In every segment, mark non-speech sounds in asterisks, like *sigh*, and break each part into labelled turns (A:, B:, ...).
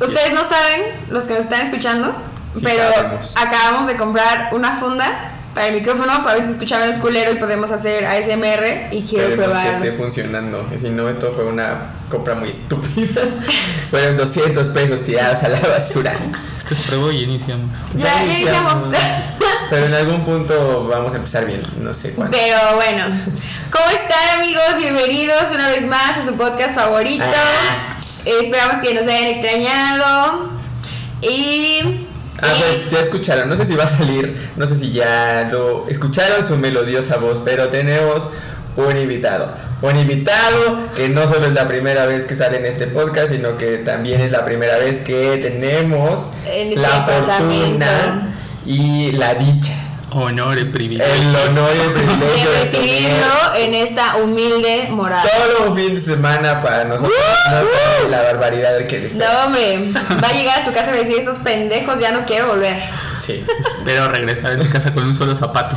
A: Ustedes no saben, los que nos están escuchando,
B: Sí
A: pero
B: sabemos.
A: acabamos de comprar una funda para el micrófono para ver si escuchaba los culero y podemos hacer ASMR y quiero
B: Esperemos que
A: probar.
B: esté funcionando. Si no, esto fue una compra muy estúpida. *laughs* Fueron 200 pesos tirados a la basura.
C: Esto Este es prueba y iniciamos.
A: Ya, ya iniciamos.
B: Pero en algún punto vamos a empezar bien. No sé cuándo.
A: Pero bueno, ¿cómo están amigos? Bienvenidos una vez más a su podcast favorito.
B: Ah.
A: Eh, Esperamos que nos hayan extrañado. Y...
B: Ah,
A: y-
B: pues ya escucharon, no sé si va a salir, no sé si ya lo escucharon su melodiosa voz, pero tenemos un invitado. Un invitado que no solo es la primera vez que sale en este podcast, sino que también es la primera vez que tenemos
A: En este
B: la
A: departamento.
B: fortuna y la dicha,
C: Honor y privilegio.
B: el honor
A: *laughs*
B: y el privilegio
A: de
B: de tener
A: recibirlo en esta humilde morada.
B: todo un fin de semana para nosotros. No saben la barbaridad del que les
A: No, hombre, va a llegar a su casa y va a decir, estos pendejos ya no quiero volver.
B: Sí,
C: Espero regresar a mi casa con un solo zapato.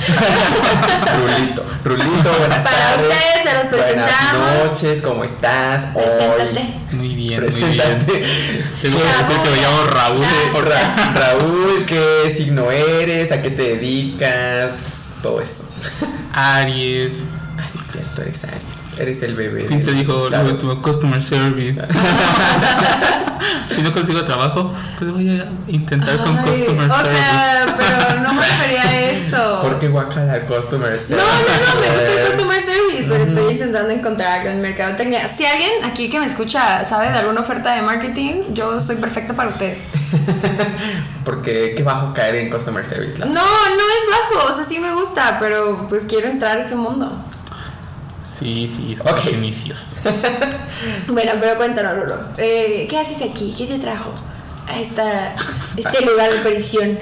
B: Rulito, Rulito, buenas
A: Para
B: tardes.
A: ustedes se los presentamos.
B: Buenas noches, ¿cómo estás?
A: Preséntate.
B: Hoy.
C: Muy bien, muy bien.
B: Preséntate.
C: Tengo que decir que me llamo Raúl.
B: Sí,
C: por-
B: Ra- Raúl, ¿qué signo eres? ¿A qué te dedicas? Todo eso.
C: Aries.
B: Ah, sí, es cierto, eres Aries. Eres el bebé.
C: ¿Quién te
B: del
C: dijo lo
B: tarot.
C: último? Customer service.
B: *laughs*
C: si no consigo trabajo, pues voy a intentar con
A: Ay,
C: customer
A: o
C: service.
A: sea, pero no me refería a
B: *laughs*
A: eso.
B: ¿Por qué guacala customer
A: No,
B: service?
A: no, no, me
B: *laughs*
A: gusta el customer service, pero estoy intentando encontrar algo en mercadotecnia. Si alguien aquí que me escucha sabe de alguna oferta de marketing, yo soy perfecta para ustedes.
B: Porque qué bajo caer en customer service.
A: No,
C: Ah.
B: la-
A: no es bajo, o sea, sí me gusta, pero pues quiero entrar a ese mundo.
C: Sí, sí, son
B: Ok.
C: los inicios.
A: Bueno, pero cuéntanos, Rulo. Eh, ¿Qué haces aquí? ¿Qué te trajo a esta, este lugar de perdición?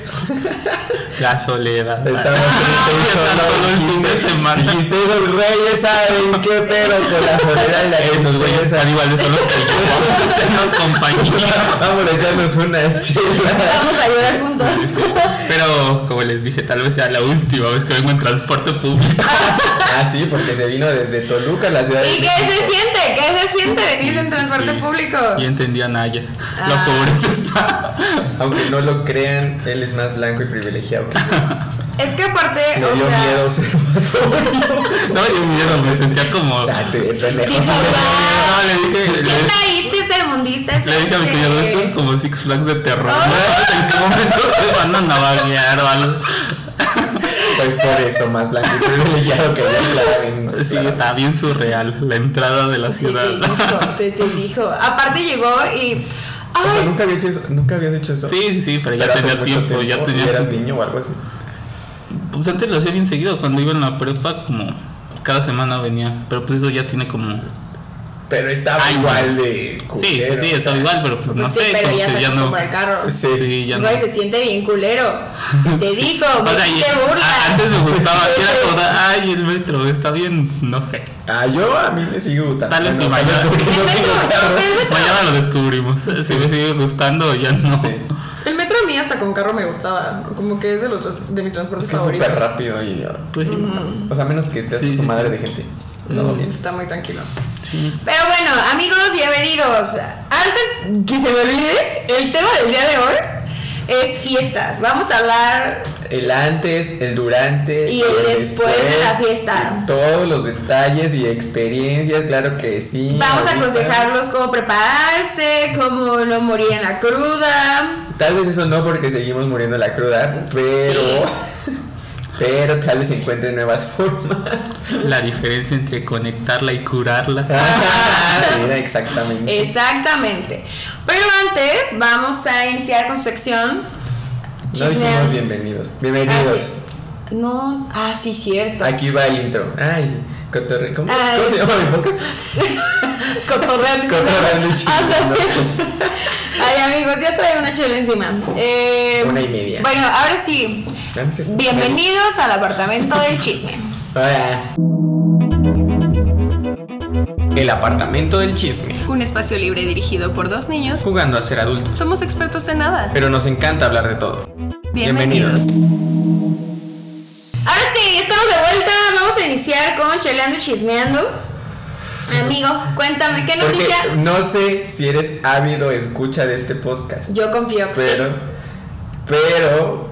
C: La soledad.
B: Estamos
C: *laughs* Ah,
B: tristes
C: tan
B: solo
C: solo el fin de semana.
B: Dijiste, esos güeyes saben qué pedo con la soledad y la
C: Esos güeyes
B: tristeza". *laughs*
C: *laughs* iguales son los que son los compañeros.
B: Vamos a echarnos unas chelas.
A: Vamos a llorar juntos.
C: Sí, Pero como les dije, tal vez sea la última vez que vengo en transporte público.
B: Ah, sí, porque se vino desde Toluca, la ciudad de
A: ¿Y qué
B: México.
A: se siente? ¿Qué se siente venirse
C: Sí,
A: en
C: sí,
A: transporte
C: sí.
A: público?
C: Y entendí a Naya.
A: Ah.
C: La pobreza está.
B: Aunque no lo crean, él es más blanco y privilegiado que yo.
A: Es que aparte,
B: Me
A: o
C: *laughs*
B: dio
A: sea,
B: miedo observatorio.
C: No me dio miedo, me sentía como.
B: Date, Ah, pendejo.
A: Tipo,
C: No,
A: wow,
C: le dije,
A: ¿qué este
C: le,
A: traíste sermundista?
C: le dije a mi cuñado, esto es como Six Flags de terror.
A: Ah.
C: No sé en qué momento te van a navajear o algo.
B: Pues por eso, más blanco y privilegiado que yo, claramente.
C: Sí, está bien surreal la entrada de la
A: Se
C: ciudad.
A: te dijo, se
C: *laughs*
A: te dijo. Aparte llegó y...
B: O sea,
A: Ay,
B: nunca habías hecho eso. Nunca habías hecho eso.
C: Sí, sí, sí, pero ya
B: Pero hace
C: tenía
B: mucho
C: tiempo, ya
B: tiempo,
C: tenía
B: y eras
C: tiempo.
B: niño o algo así.
C: Pues antes lo hacía bien seguido, cuando iba en la prepa, como cada semana venía. Pero pues eso ya tiene como.
B: Pero estaba
C: Ay, pues.
B: igual de
C: sí, sí,
B: culero,
C: sí,
B: o
C: estaba
B: sea.
C: igual, pero pues, no
A: pues sí,
C: sé,
A: pero
C: como
A: ya
C: que ya
A: salió
C: no.
A: por el carro.
B: Sí.
C: Sí, ya no.
A: Güey, se siente bien
C: *laughs*
A: culero. Te digo,
C: O
A: me
C: sea, y-
A: hiciste
C: a- antes
A: burla.
C: me gustaba,
B: Sí.
C: era como, ay, el metro está bien, no sé.
B: Ah, yo a mí me sigue gustando.
C: Tal vez
B: Bueno,
C: mi mañana.
B: *laughs* porque
C: *laughs*
B: no
A: El
B: tengo
A: metro,
B: carro.
A: el metro.
C: Mañana lo descubrimos. Si me sigue gustando, ya no.
B: Sí.
A: El metro a mí hasta con carro me gustaba. Como que es de, los, de mis transportes
B: Es que es súper rápido y.
C: Pues sí.
B: O sea, menos que te hace
C: Sí,
B: su
C: sí,
B: madre
C: sí.
B: de gente. Mm. Todo bien.
A: Está muy tranquilo.
C: Sí.
A: Pero bueno, amigos, bienvenidos. Antes que se me olvide, el tema del día de hoy es fiestas. Vamos a hablar.
B: El antes, el durante
A: Y el después de la fiesta.
B: y Todos los detalles y experiencias, claro que sí.
A: Vamos a
B: ahorita.
A: aconsejarlos cómo prepararse, cómo no morir en la cruda.
B: Tal vez eso no porque seguimos muriendo la cruda, pero. *laughs* Pero tal vez encuentren nuevas *laughs* formas.
C: La diferencia entre conectarla y curarla.
A: Ah,
B: Mira, exactamente.
A: Exactamente. Pero antes, vamos a iniciar con su sección.
B: No
A: Chismeando.
B: dijimos bienvenidos. Bienvenidos.
A: Ah, sí. No, ah, sí, cierto.
B: Aquí va el intro. Ay, cotorre. ¿Cómo,
A: Ay.
B: ¿cómo se llama mi podcast?
A: *laughs* Cotorreando.
B: *laughs* Cotorreando y chingando.
A: Ay, amigos, ya trae una chela encima. Eh,
B: Una y media.
A: Bueno, ahora sí.
B: Ah, no es cierto.
A: Bienvenidos al apartamento del chisme.
B: Hola.
C: El apartamento del chisme.
A: Un espacio libre dirigido por dos niños.
C: Jugando a ser adulto.
A: Somos expertos en nada.
C: Pero nos encanta hablar de todo.
A: Bienvenidos. Ahora sí, estamos de vuelta. Vamos a iniciar con cheleando y chismeando. Amigo, cuéntame, ¿qué
B: Porque
A: noticia?
B: no sé si eres ávido escucha de este podcast.
A: Yo confío que sí.
B: Pero, pero,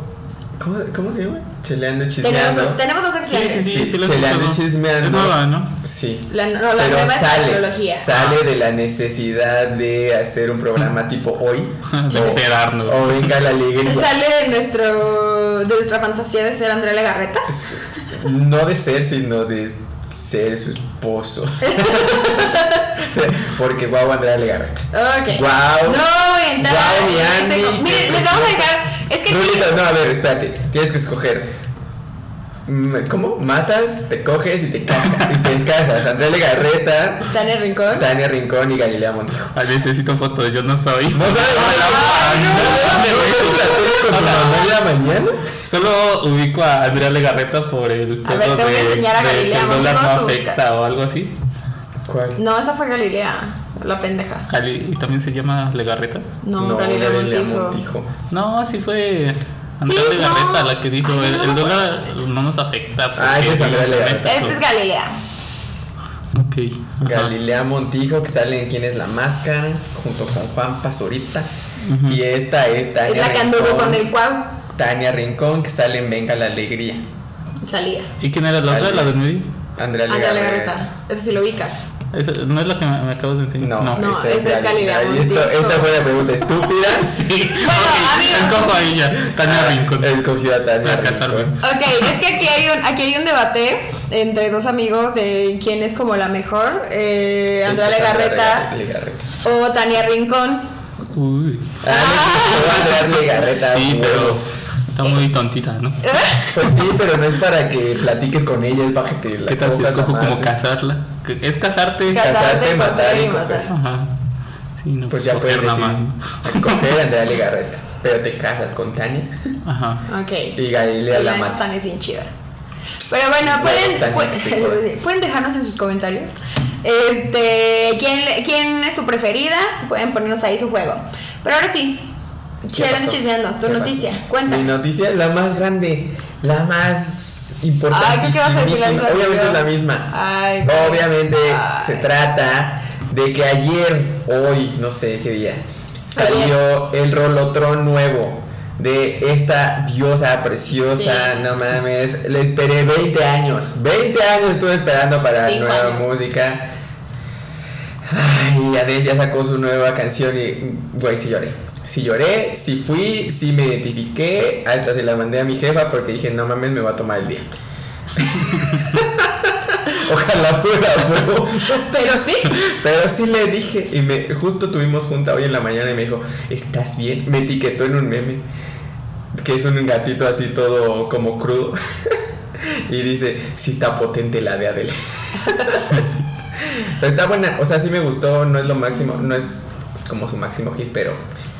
B: ¿cómo, cómo se llama? Cheleando,
A: Tenemos,
B: chismeando.
A: tenemos dos
C: Sí, sí,
A: secciones.
C: sí, sí,
B: Sí,
C: lo he
B: se le ando
C: escuchado.
B: chismeando.
C: Es nueva, ¿no?
B: Sí.
A: La- no, la
B: pero
A: nueva es
B: sale,
A: tecnología.
B: sale de la necesidad de hacer un programa tipo hoy.
C: De
B: o-
C: operarnos.
B: O venga la alegría.
A: *laughs* Sale de, nuestro, de nuestra fantasía de ser Andrea Legarreta.
B: No de ser, sino de ser su
A: *laughs*
B: esposo. *laughs* Porque guau, Andrea Legarreta.
A: Ok.
B: Guau.
A: No voy a entrar
B: Guau,
A: en ese
B: Yandy,
A: com-
B: qué
A: Miren, les vamos a
B: tristeza.
A: dejar. Es que aquí-
B: Rulito, no, a ver, espérate. Tienes que escoger. Mm, ¿Cómo? Matas, te coges y te casas. y te casas. Andrea Legarreta,
A: Tania Rincón.
B: Tania Rincón y Galilea Montijo.
C: Ay, necesito fotos, yo no soy.
B: ¿No sabes dónde la
A: Ay,
B: ¿No sabes dónde la tienes con
C: O
B: tu
C: sea,
B: mamá en la mañana?
C: Solo ubico a Andrea Legarreta por el
A: A ver, te voy a enseñar a
C: de que
A: Galilea,
C: el dólar no
A: vamos, tú
C: afecta o algo así.
B: ¿Cuál?
A: No, esa fue Galilea, la pendeja.
C: Gali- ¿Y también se llama Legarreta?
A: No, Galilea, Montijo.
C: No, así fue Andrea
A: Sí,
C: Legarreta
A: no.
C: la que dijo,
A: Ay,
C: el,
A: no.
C: el dólar no nos afecta.
B: Ah, esa es
C: porque
B: Andrea
C: no se
B: Legarreta.
C: afecta.
A: Esta es Galilea.
C: Ok. ajá.
B: Galilea Montijo, que sale en Quién es la Máscara, junto con Juan Pazurita. Y esta es
A: Es
B: Tania
A: la que anduvo
B: Rincón.
A: con el cuau.
B: Tania Rincón, que sale en Venga la Alegría.
A: Salía. Ah,
C: ¿Y quién era la otra?
B: Galilea.
C: ¿La del medio?
B: Andrea
A: Andrea
B: Legarreta.
A: Legarreta. Esa sí lo ubicas.
C: Esa- ¿No es la que me, me acabas de enseñar?
B: No,
A: No,
B: esa es
A: esa es
B: Galilea.
A: Galilea
B: Y esto-
A: Montijo.
B: esta fue la pregunta estúpida.
C: *laughs*
B: *laughs*
C: Sí.
A: Bueno,
C: ok,
A: amigos.
C: escojo a ella, Tania
B: Ah,
C: Rincón.
B: Escogió a Tania
C: Para casarme.
B: Rincón.
A: Ok, es que aquí hay, un, aquí hay un debate entre dos amigos de quién es como la mejor. Eh, Andrea
B: Esta Este es
A: Legarreta
B: Legarreta.
A: o Tania Rincón.
C: Uy.
B: Ah, no, Andrea Legarreta.
C: Sí,
B: güey.
C: pero está muy tontita, ¿no?
B: Pues sí, pero no es para que platiques con ella, es para que te la
C: ¿Qué tal si
B: cojas,
C: escojo
B: la
C: como
B: mates.
C: casarla? Que- Es casarte.
B: Ca- Casarte,
A: Casarte,
B: matar
A: matar
B: y
A: y matar.
B: coger.
C: Ajá. Sí, no
B: Pues ya puedes
C: coger nada más.
B: decidir. Coger a Andrea Legarreta. Pero te casas con Tania
C: Ajá.
A: Ok.
B: pues. y Galilea
A: Sí,
B: la
A: neta, Tania es
B: matas.
A: bien chida. Pero bueno,
B: Huevos
A: pueden,
B: Tania,
A: pu-
B: que
A: *laughs*
B: estoy joven.
A: pueden dejarnos en sus comentarios. Este, ¿quién, le- ¿Quién es su preferida? Pueden ponernos ahí su juego. Pero ahora sí,
B: ¿Qué
A: chévere
B: pasó?
A: chismeando. Tu
B: ¿Qué
A: noticia,
B: pasó?
A: cuenta.
B: Mi noticia es la más grande, la más importante.
A: Ay, ¿qué, qué vas a decir? La misma que
B: Obviamente
A: yo?
B: es la misma.
A: Ay, Ah,
B: Obviamente
A: ay.
B: se trata de que ayer, hoy, no sé qué día, salió el rolotron nuevo de esta diosa preciosa,
A: Sí.
B: no mames, le esperé 20 años, 20 años estuve esperando para
A: Cinco
B: nueva
A: años.
B: música. Ay, Adele ya sacó su nueva canción y, güey, sí lloré. Sí lloré, sí fui, sí me identifiqué, hasta se la mandé a mi jefa porque dije, no mames, me va a tomar el día. *laughs* Ojalá fuera, huevo.
A: Pero sí.
B: Pero sí le dije, y me, justo tuvimos junta hoy en la mañana y me dijo, ¿estás bien? Me etiquetó en un meme, que es un gatito así todo como crudo. *laughs* y dice, sí está potente la de Adele. *laughs* pero está buena, o sea, sí me gustó, no es lo máximo, no es como su máximo hit, pero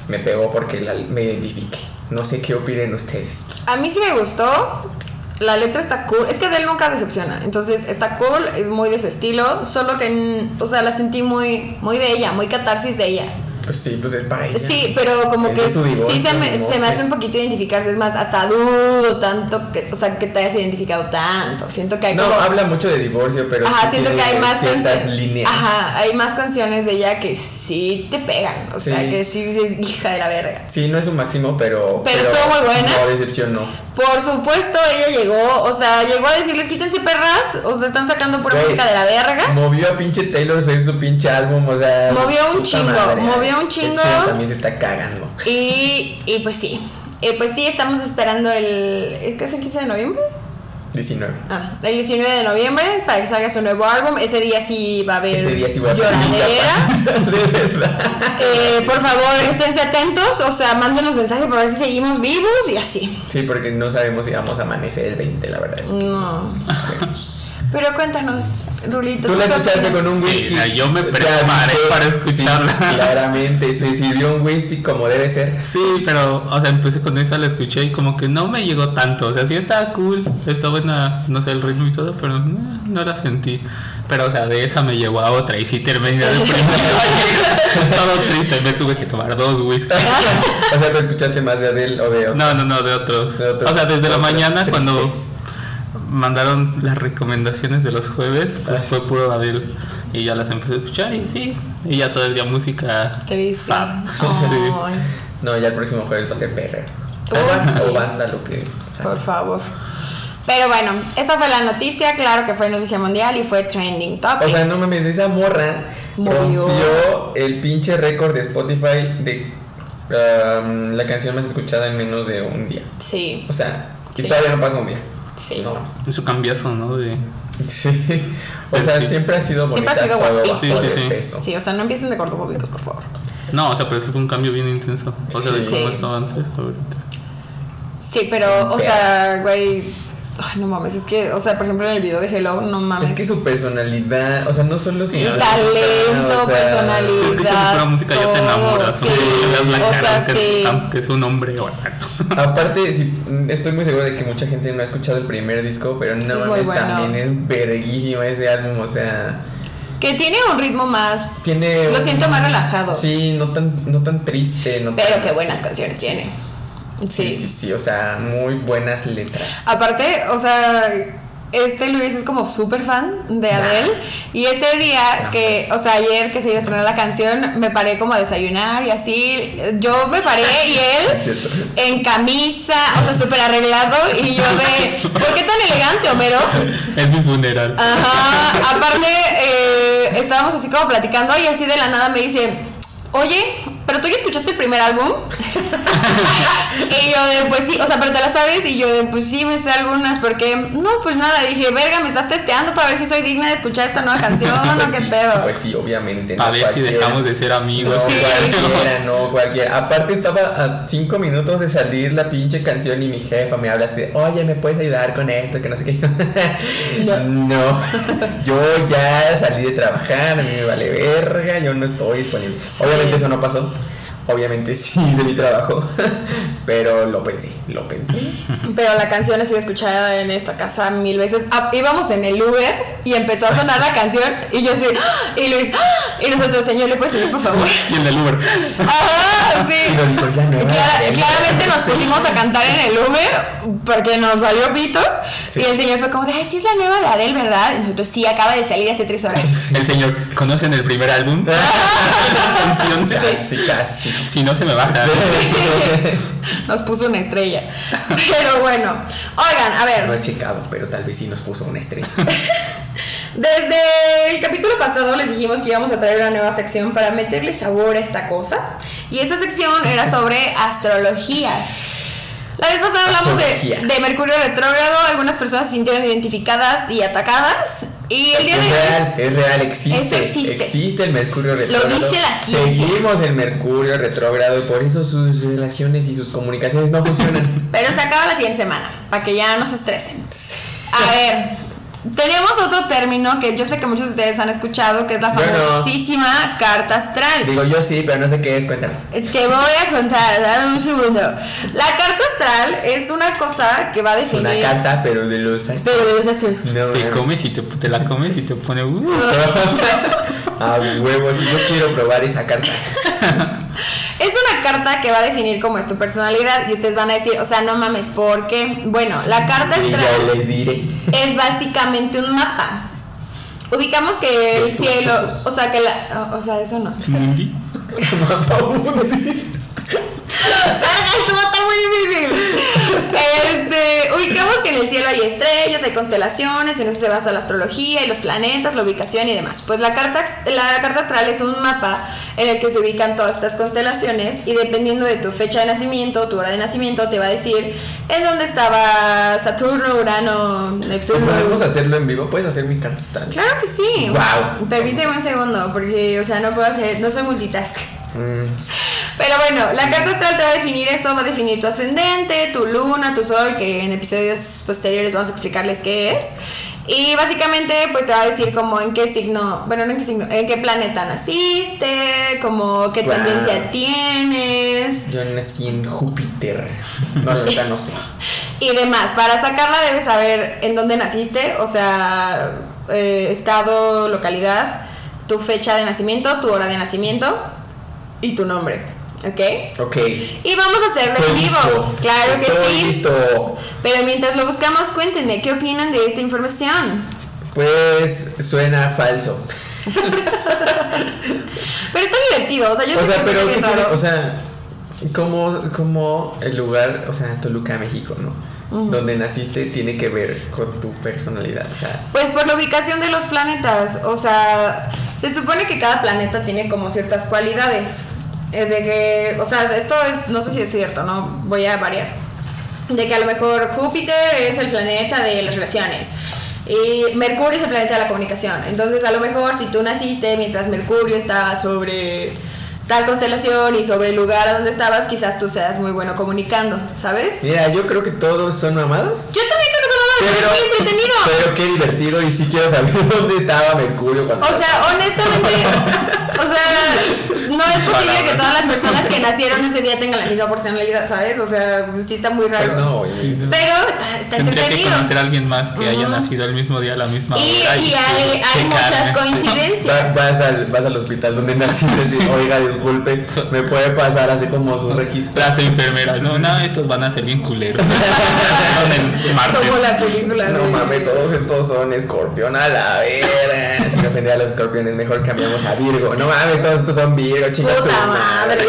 B: me pegó porque la- me identifiqué. No sé qué opinen ustedes.
A: A mí sí me gustó. La letra está cool. Es que Adele nunca decepciona. Entonces está cool, es muy de su estilo. Solo que, mm, o sea, la sentí muy, muy de ella, muy catarsis de ella.
B: Pues sí, pues es para ella.
A: Sí, pero como
B: Es
A: que
B: de su divorcio,
A: sí se me,
B: ni modo
A: se me
B: que-
A: hace un poquito identificarse. Es más, hasta dudo tanto que, o sea, que te hayas identificado tanto. Siento que hay
B: No,
A: como-
B: habla mucho de divorcio, pero
A: Ajá,
B: sí
A: siento que
B: tiene
A: hay más
B: ciertas
A: canciones.
B: líneas.
A: Ajá, hay más canciones de ella que sí te pegan. O sea,
B: Sí.
A: que sí dices, hija de la verga.
B: Sí, no es un máximo, pero.
A: Pero estuvo muy buena.
B: No decepcionó.
A: Por supuesto, ella llegó, o sea, llegó a decirles quítense perras, o sea, están sacando pura
B: Güey,
A: música de la verga.
B: Movió a pinche Taylor Swift su pinche álbum, o sea. su
A: Movió un
B: puta
A: chingo, movió un
B: Ed
A: chingo.
B: Sheeran también se está cagando.
A: Y, y pues sí, Eh, pues sí, estamos esperando el. ¿Es que es el 15 de noviembre?
B: 19.
A: Ah, el 19 de noviembre para que salga su nuevo álbum. Ese día sí va a haber
B: Ese día sí voy a pedir
A: lloradera.
B: capacidad, *laughs* De verdad.
A: Eh, por favor, esténse atentos, o sea, mándenos mensajes para ver si seguimos vivos y así.
B: Sí, porque no sabemos si vamos a amanecer el 20, la verdad. es-
A: No. Pero cuéntanos, Rulito.
B: Tú la
A: ¿qué
B: escuchaste
A: opinas?
B: con un
C: Sí,
B: whisky.
C: no, yo me
B: Te
C: preparé
B: avisé.
C: para escucharla.
B: Sí, claramente, se sirvió un whisky como debe
A: *laughs*
B: ser. *laughs*
C: Sí, pero, o sea, empecé con esa, la escuché y como que no me llegó tanto. O sea, sí estaba cool, está buena, no sé, el ritmo y todo, pero eh, no la sentí. Pero, o sea, de esa me llevó a otra y
B: *laughs*
C: sí terminé deprimido. todo triste, me tuve que tomar dos whisky.
B: o sea, ¿tú escuchaste más de Adele o de
C: No, no, no, de otros.
B: De otros-
C: o sea, desde la
B: otros
C: mañana cuando
B: tristes.
C: mandaron las recomendaciones de los jueves, pues
B: Ah, sí.
C: fue puro Adele. Y ya las empecé a escuchar y sí, y ya todo el día música.
A: Triste.
C: sad.
A: Ay,
B: *laughs* No, ya el próximo jueves va a ser perreo.
A: Uy,
B: O banda-
A: sí.
B: O banda, lo que. sea.
A: Por favor. Pero bueno, esa fue la noticia, claro que fue noticia mundial y fue trending topic.
B: O sea, no mames, esa morra
A: Murió.
B: rompió el pinche récord de Spotify de um, la canción más escuchada en menos de un día.
A: sí,
B: O sea, que
A: Sí.
B: todavía no pasa un día.
A: sí.
B: No.
C: Eso cambiazo, ¿no? De,
B: Sí. O sea,
C: Sí.
B: siempre ha sido
A: Siempre
B: bonita
A: ha sido
B: solo
A: guapísima.
B: bajó
C: Sí, sí,
B: de
C: sí.
B: peso.
A: Sí, o sea, no empiecen de gordofóbicos, por favor.
C: no, o sea, pero sí fue un cambio bien intenso. O sea, de
B: Sí.
C: cómo
A: Sí.
C: estaba antes, ahorita.
A: Sí, pero, o
B: Pero-
A: sea, güey. Ay, no mames, es que, o sea, por ejemplo, en el video de Hello, no mames.
B: Es que su personalidad, o sea, no solo su
C: Sí,
A: El
C: o
A: talento, personalidad.
C: Si escuchas su pura música ya te
A: todo,
C: enamoras.
A: sí.
C: ¿no? Le das la
A: O
C: cara,
A: sea,
C: que,
A: sí.
C: aunque es un hombre o gato.
B: Aparte, sí, estoy muy seguro de que mucha gente no ha escuchado el primer disco, pero no
A: Es muy
B: mames,
A: bueno.
B: también es verguísima ese álbum, o sea.
A: Que tiene un ritmo más.
B: Tiene
A: Lo
B: un-
A: siento más relajado.
B: Sí, no tan, no tan triste. No
A: Pero
B: tan
A: qué buenas
B: así.
A: canciones
B: Sí.
A: tiene.
B: Sí. sí, sí, o sea, muy buenas letras.
A: Aparte, o sea, este Luis es como súper fan de Adele. Y ese día
B: Nah.
A: que, o sea, ayer que se iba a estrenar la canción, me paré como a desayunar y así. Yo me paré y
B: *laughs* Es
A: él
B: cierto.
A: en camisa, o sea, súper arreglado. Y yo de, ¿por qué tan elegante, Homero?
C: *laughs* es mi funeral.
A: Ah. Ajá. Aparte, eh, estábamos así como platicando y así de la nada me dice, oye, pero tú ya escuchaste el
B: *laughs*
A: primer álbum. y yo de, pues sí, o sea, pero te la sabes. Y yo de, pues sí, me sé algunas porque, no, pues nada. dije, verga, me estás testeando para ver si soy digna de escuchar esta
B: *laughs*
A: nueva canción o
B: Pues
A: qué
B: sí,
A: pedo.
B: Pues sí, obviamente.
C: A ver si dejamos de ser
B: No,
C: amigos.
A: Sí.
B: cualquiera, no, cualquiera. Aparte estaba a cinco minutos de salir la pinche canción y mi jefa me habla así de, oye, ¿me puedes ayudar con esto? Que no sé qué.
A: No.
B: no, *laughs* yo ya salí de trabajar, a mí me vale verga, yo no estoy disponible.
A: Sí.
B: Obviamente eso no pasó. Obviamente sí *laughs* hice mi trabajo, pero lo pensé, lo pensé. Mm.
A: Pero la canción ha sido escuchada en esta casa mil veces. Ah, íbamos en el Uber y empezó a sonar la canción y yo así, ¡ah! y Luis, ¡ah! y nosotros, señor, ¿le puedes subir, por favor?
C: Y el del Uber.
A: Ajá, sí.
B: Y nos dijo, "Ya no".
A: Clara- claramente nos pusimos a cantar en el Uber porque nos valió pito.
B: Sí.
A: Y el señor fue como de, ay, sí es la nueva de Adele, ¿verdad? Y nosotros, sí, acaba de salir hace
B: *laughs*
A: tres horas.
C: El señor, ¿conocen el primer álbum?
A: Ah.
C: Las canciones.
B: Casi, casi.
C: Si no se me
A: Ah,
C: baja.
A: Nos puso una estrella. Pero bueno, oigan, a
B: *laughs* No
A: ver,
B: he checado, pero tal vez sí nos puso una estrella.
A: desde el capítulo pasado les dijimos que íbamos a traer una nueva sección para meterle sabor a esta cosa. Y esa sección era sobre astrología. La vez pasada hablamos de,
B: Astrología.
A: de Mercurio retrógrado, algunas personas se sintieron identificadas y atacadas. Y el día de
B: Es
A: hoy
B: real, es real, existe.
A: Eso existe.
B: el Mercurio retrógrado.
A: dice la ciencia.
B: Seguimos el Mercurio retrógrado y por eso sus relaciones y sus comunicaciones no
A: *laughs*
B: funcionan.
A: Pero se acaba la siguiente semana, para que ya no se estresen. A ver, tenemos otro término que yo sé que muchos de ustedes han escuchado, que es la
B: Bueno.
A: famosísima carta astral.
B: Digo, yo sí, pero no sé qué es, cuéntame.
A: Te voy a contar, dame un segundo. La carta astral es una cosa que va a
B: Es una
A: definir...
B: carta, pero de los astros.
A: Pero de los astros.
B: No,
C: Te
B: mames. *laughs*
C: comes y te, te la comes y te pone. uh.
B: A huevos, Ah, yo quiero probar esa carta.
A: *laughs* Es una carta que va a definir cómo es tu personalidad y ustedes van a decir, o sea, no mames, ¿por qué? Bueno, la carta
B: Y
A: astral...
B: ya les diré.
A: es básicamente un mapa. Ubicamos que el
B: De tus
A: cielo,
B: ojos.
A: o sea que la, o o sea, eso no.
C: Mundi.
B: Mapa uno, sí.
A: Verga, Estuvo tan muy difícil. Este, ubicamos que en el cielo hay estrellas, hay constelaciones, en eso se basa la astrología y los planetas, la ubicación y demás. Pues la carta, la carta astral es un mapa en el que se ubican todas estas constelaciones y dependiendo de tu fecha de nacimiento, tu hora de nacimiento, te va a decir en dónde estaba Saturno, Urano, Neptuno.
B: ¿Podemos hacerlo en vivo? ¿Puedes hacer mi carta astral?
A: Claro que sí.
B: Guau.
A: Permíteme un segundo, porque, o sea, no puedo hacer, no soy multitask.
B: Mm.
A: Pero bueno, la carta astral te va a definir eso, va a definir tu ascendente, tu luna, tu sol, que en episodios posteriores vamos a explicarles qué es. Y básicamente, pues te va a decir como en qué signo, bueno, no en qué signo, en qué planeta naciste, como qué
B: Guau.
A: tendencia tienes
B: Yo nací en Júpiter. No, la verdad no sé.
A: y demás. Para sacarla debes saber en dónde naciste, o sea, eh, estado, localidad, tu fecha de nacimiento, tu hora de nacimiento y tu nombre. ¿ok?
B: Ok.
A: Y vamos a hacerlo
B: Estoy
A: en vivo.
B: listo.
A: Claro que
B: Estoy
A: sí.
B: listo.
A: Pero mientras lo buscamos, cuéntenme qué opinan de esta información.
B: Pues suena falso.
A: Pero está divertido, o sea, yo
B: o
A: sé
B: sea,
A: que
B: pero
A: suena
B: ¿qué
A: bien
B: tiene?
A: raro.
B: O sea, ¿cómo, cómo el lugar, o sea, Toluca, México, ¿no? Donde naciste tiene que ver con tu personalidad. O sea,
A: Pues por la ubicación de los planetas, o sea, se supone que cada planeta tiene como ciertas cualidades. eh, De que, o sea, esto es, no sé si es cierto, no voy a variar. De que a lo mejor Júpiter es el planeta de las relaciones. Y Mercurio es el planeta de la comunicación. Entonces, a lo mejor si tú naciste mientras Mercurio estaba sobre tal constelación y sobre el lugar a donde estabas, quizás tú seas muy bueno comunicando, ¿sabes?
B: mira, yo creo que todos son mamadas.
A: Yo también conozco a mamá, pero es muy entretenido.
B: pero qué divertido y sí quiero saber *laughs* dónde estaba Mercurio cuando...
A: O sea, honestamente, o sea, no es posible que todas las personas que nacieron ese día tengan la misma personalidad, ¿sabes? O sea, sí está muy
B: Pues
A: raro.
B: no, güey.
C: Sí, no.
A: Pero está, está
C: Tendría que
A: entretenido.
C: conocer a alguien más que haya
A: Ajá.
C: nacido el mismo día a la misma
A: Y,
C: hora.
A: y
C: sí,
A: hay, hay
C: checarme.
A: muchas
C: *laughs*
B: Va-
A: coincidencias.
B: Vas al, vas al hospital donde naciste y oiga, disculpe, me puede pasar así como su registro.
C: Las enfermeras, no, no, estos van a ser bien
A: *laughs*
C: culeros. Son el martes.
A: Como la película
B: No
A: de-
B: mames, todos estos son escorpión a la verga. Si me ofendí a los escorpiones, mejor cambiamos a Virgo. No mames, todos estos son Virgo, chicos.
A: Puta madre.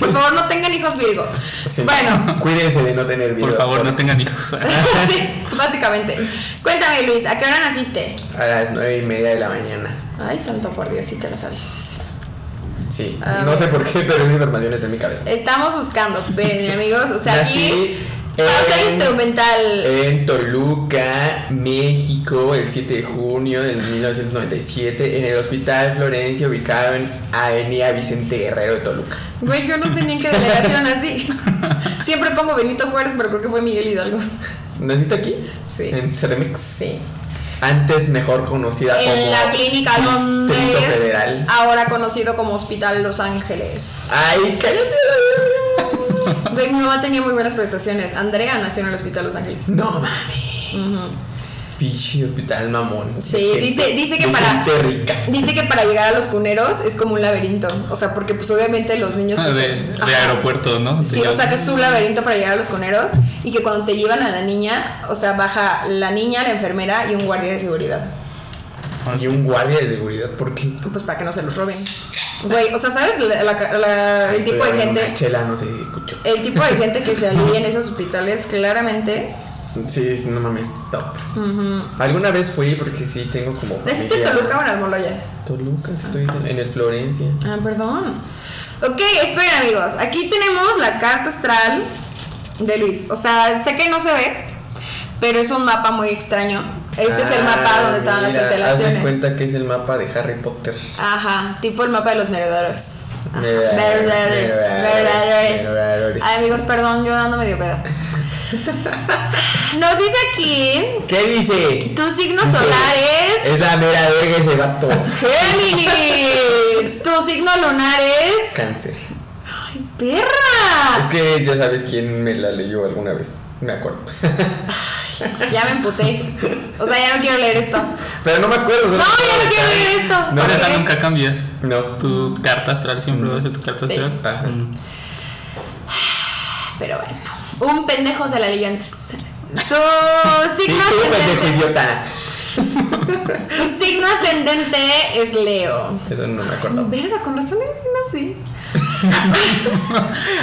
A: Por favor, no tengan hijos Virgo. *laughs*
C: *laughs*
A: Bueno.
B: Cuídense de no tener Virgo.
C: Por favor, no tengan hijos.
A: sí, básicamente. Cuéntame, Luis, ¿a qué hora naciste?
B: A las nueve y media de la mañana.
A: Ay, santo por Dios, sí te lo sabes.
B: Sí.
A: Ah.
B: no sé por qué, pero esa información está en mi cabeza.
A: Estamos buscando, ven, amigos. O sea, aquí.
B: Nací
A: Pausa
B: en-
A: instrumental.
B: En Toluca, México, el 7 de junio de 1997, en el Hospital Florencio, ubicado en Avenida Vicente Guerrero de Toluca.
A: Güey, yo no sé ni en qué delegación así. Siempre pongo Benito Juárez, pero creo que fue Miguel Hidalgo.
B: ¿Necesito aquí?
A: Sí.
B: ¿En Cermex? Antes mejor conocida como.
A: En la clínica
B: Distrito
A: Londres,
B: Federal.
A: ahora conocido como Hospital Los Ángeles.
B: ¡Ay, cállate! *laughs*
A: Güey, mi mamá tenía muy buenas prestaciones. Andrea nació en el Hospital Los Ángeles.
B: No mames.
A: Ujú.
B: Pinche hospital mamón.
A: Sí,
B: De
A: dice- dice que
B: de
A: para-
B: gente rica.
A: Dice que para llegar a los cuneros es como un laberinto. O sea, porque pues obviamente los niños...
C: De,
A: pues,
C: Ah, de
A: ajá.
C: aeropuerto, ¿no?
A: Sí, o sea que es un laberinto para llegar a los cuneros y que cuando te llevan a la niña, o sea, baja la niña, la enfermera y un guardia de seguridad.
B: Y un guardia de seguridad, ¿por qué?
A: Pues para que no se los roben. Güey, o sea, ¿sabes la- la- la- el
B: Estoy
A: tipo de
B: abriendo una
A: gente?
B: Chela, no sé si escucho.
A: El tipo de gente que se alivia en esos hospitales, claramente.
B: Sí, sí, no mames, top. Alguna vez fui porque sí tengo como. Pues,
A: ¿Naciste en
B: familia-
A: este Toluca o en Almoloya?
B: Toluca, te estoy diciendo. En el Florencia.
A: Ah, perdón. Ok, esperen amigos. Aquí tenemos la carta astral de Luis. O sea, sé que no se ve, pero es un mapa muy extraño. Este es el
B: Ah,
A: mapa donde estaban las
B: Hazme
A: constelaciones.
B: cuenta que es el mapa de Harry Potter.
A: Ajá, tipo el mapa de los merodeadores. Ajá,
B: Merodeadores,
A: Merodeadores.
B: merodeadores,
A: Merodeadores.
B: merodeadores.
A: Ay, amigos, perdón, yo ando medio peda. Nos dice aquí,
B: ¿Qué dice?
A: tu signo
B: Dice,
A: solar es
B: Es la mera verga ese vato. *laughs*
A: Géminis. Tu signo lunar es
B: Cáncer. Es
A: perra.
B: que ya sabes quién me la leyó alguna vez. Me acuerdo. *laughs*
A: Ya me emputé. O sea, ya no quiero leer esto.
B: Pero no me acuerdo. solo
A: No,
B: me
A: ya no
B: acuerdo
A: quiero
B: de
A: leer esto.
B: No,
C: Por
A: Ok.
C: eso nunca cambia.
B: tal. No.
C: Tu carta astral siempre va a ser tu carta
A: Mm. Sí.
C: astral.
B: Ajá.
C: Mm.
A: Pero bueno. Un pendejo se la leyó antes. Su
B: Sí,
A: signo
B: tú,
A: *laughs*
B: pendejo
A: ascendente.
B: idiota.
A: Su signo ascendente es Leo.
B: Eso no me acuerdo.
A: Verga, con razón es signo así.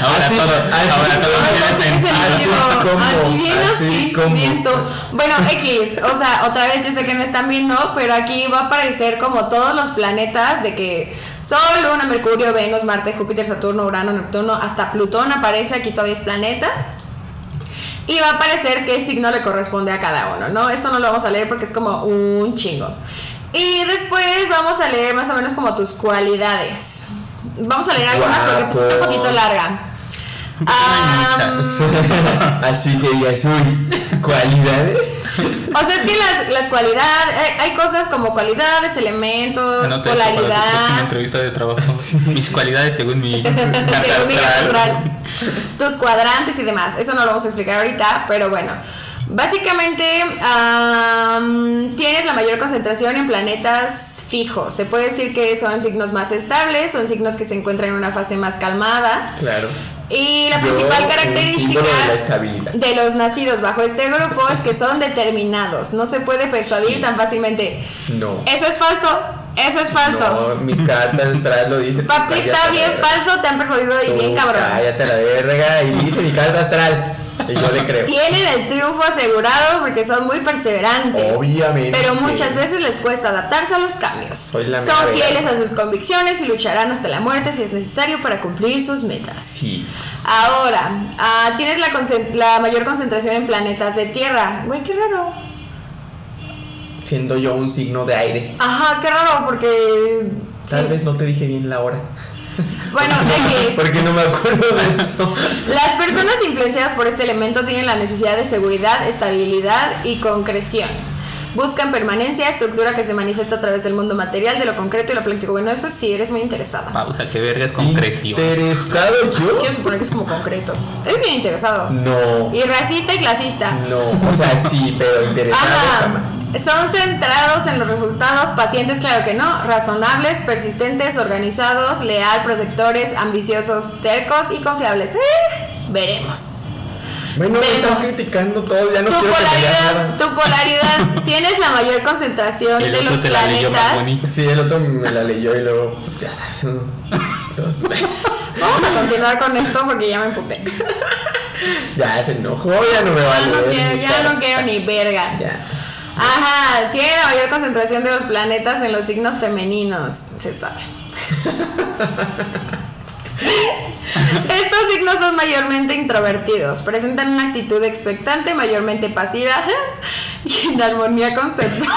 C: Ahora
B: Así-
C: todo,
B: así-
C: ahora todo
A: Ay,
C: tiene
A: no tiene
C: sentido.
B: Así
A: sentido.
B: como,
A: Así bien
B: así
A: así,
B: como.
A: miento. Bueno, X, o sea, otra vez yo sé que no están viendo, pero aquí va a aparecer como todos los planetas de que Sol, Luna, Mercurio, Venus, Marte, Júpiter, Saturno, Urano, Neptuno, hasta Plutón aparece, aquí todavía es planeta. Y va a aparecer qué signo le corresponde a cada uno, ¿no? Eso no lo vamos a leer porque es como un chingo. Y después vamos a leer más o menos como tus cualidades. Vamos a leer algunas porque pues, está un
B: Guapo.
A: poquito larga.
C: Ay,
A: Am,
B: *laughs*
C: muchas.
B: Así que ya soy. ¿Cualidades?
A: *laughs* o sea, es que las, las cualidades, hay, hay cosas como cualidades, elementos,
C: Anota eso para tu próxima
A: polaridad,
C: entrevista
A: *laughs*
C: de trabajo. Mis cualidades según mi carta
A: según mi
C: astral.
A: astral, tus cuadrantes y demás. Eso no lo vamos a explicar ahorita, pero bueno. Básicamente, am, tienes la mayor concentración en planetas fijo. Se puede decir que son signos más estables, son signos que se encuentran en una fase más calmada.
B: Claro.
A: Y la
B: Yo,
A: principal
B: un
A: característica
B: símbolo de la estabilidad.
A: de los nacidos bajo este grupo es que son determinados. No se puede persuadir tan fácilmente.
B: No.
A: Eso es falso, eso es
B: No,
A: falso.
B: mi carta astral lo dice.
A: Papi,
B: Cállate
A: está
B: la
A: bien
B: verga.
A: falso, te han persuadido y
B: Tú
A: bien cabrón.
B: Cállate a la verga. Y dice mi carta astral. Y yo le creo.
A: Tienen el triunfo asegurado porque son muy perseverantes.
B: Obviamente.
A: Pero muchas veces les cuesta adaptarse a los cambios.
B: Soy la
A: Son
B: mera
A: fieles
B: verga.
A: a sus convicciones y lucharán hasta la muerte si es necesario para cumplir sus metas.
B: Sí.
A: Ahora, ah, tienes la, concen- la mayor concentración en planetas de Tierra. Güey, qué raro.
B: Siendo yo un signo de aire.
A: Ajá, qué raro porque...
B: Tal
A: sí.
B: vez no te dije bien la hora.
A: Bueno,
B: *laughs*
A: X.
B: Porque no me acuerdo de eso.
A: Las personas influenciadas por este elemento tienen la necesidad de seguridad, estabilidad y concreción. Buscan permanencia, estructura que se manifiesta a través del mundo material, de lo concreto y lo práctico. Bueno, eso sí, eres muy interesada.
C: Pausa, qué vergas con creció.
B: ¿Interesado yo?
A: Quiero suponer que es como concreto. Eres bien interesado.
B: No.
A: Y racista y clasista.
B: No. O sea, sí, pero interesado
A: Ajá.
B: jamás.
A: Son centrados en los resultados, pacientes, claro que no, razonables, persistentes, organizados, leal, protectores, ambiciosos, tercos y confiables. Eh, veremos.
B: Bueno, me estás
A: Vemos.
B: criticando todo. Ya no
A: tu,
B: quiero que me digas
A: polaridad,
B: nada.
A: tu polaridad tienes la mayor concentración
C: El
A: de
C: otro
A: los
C: te la leyó más
A: planetas.
C: bonito.
B: Sí, el otro me la leyó y luego, pues, ya sabes. ¿no? Entonces, *laughs*
A: Vamos a continuar con esto porque ya me emputé.
B: ya se enojó, ya no me va a
A: Ya
B: leer.
A: no quiero,
B: mi
A: ya
B: cara.
A: no quiero ni verga.
B: Ya.
A: Ajá, tiene la mayor concentración de los planetas en los signos femeninos. Se sabe. Estos signos son mayormente introvertidos, presentan una actitud expectante, mayormente pasiva *laughs* y en armonía con su entorno.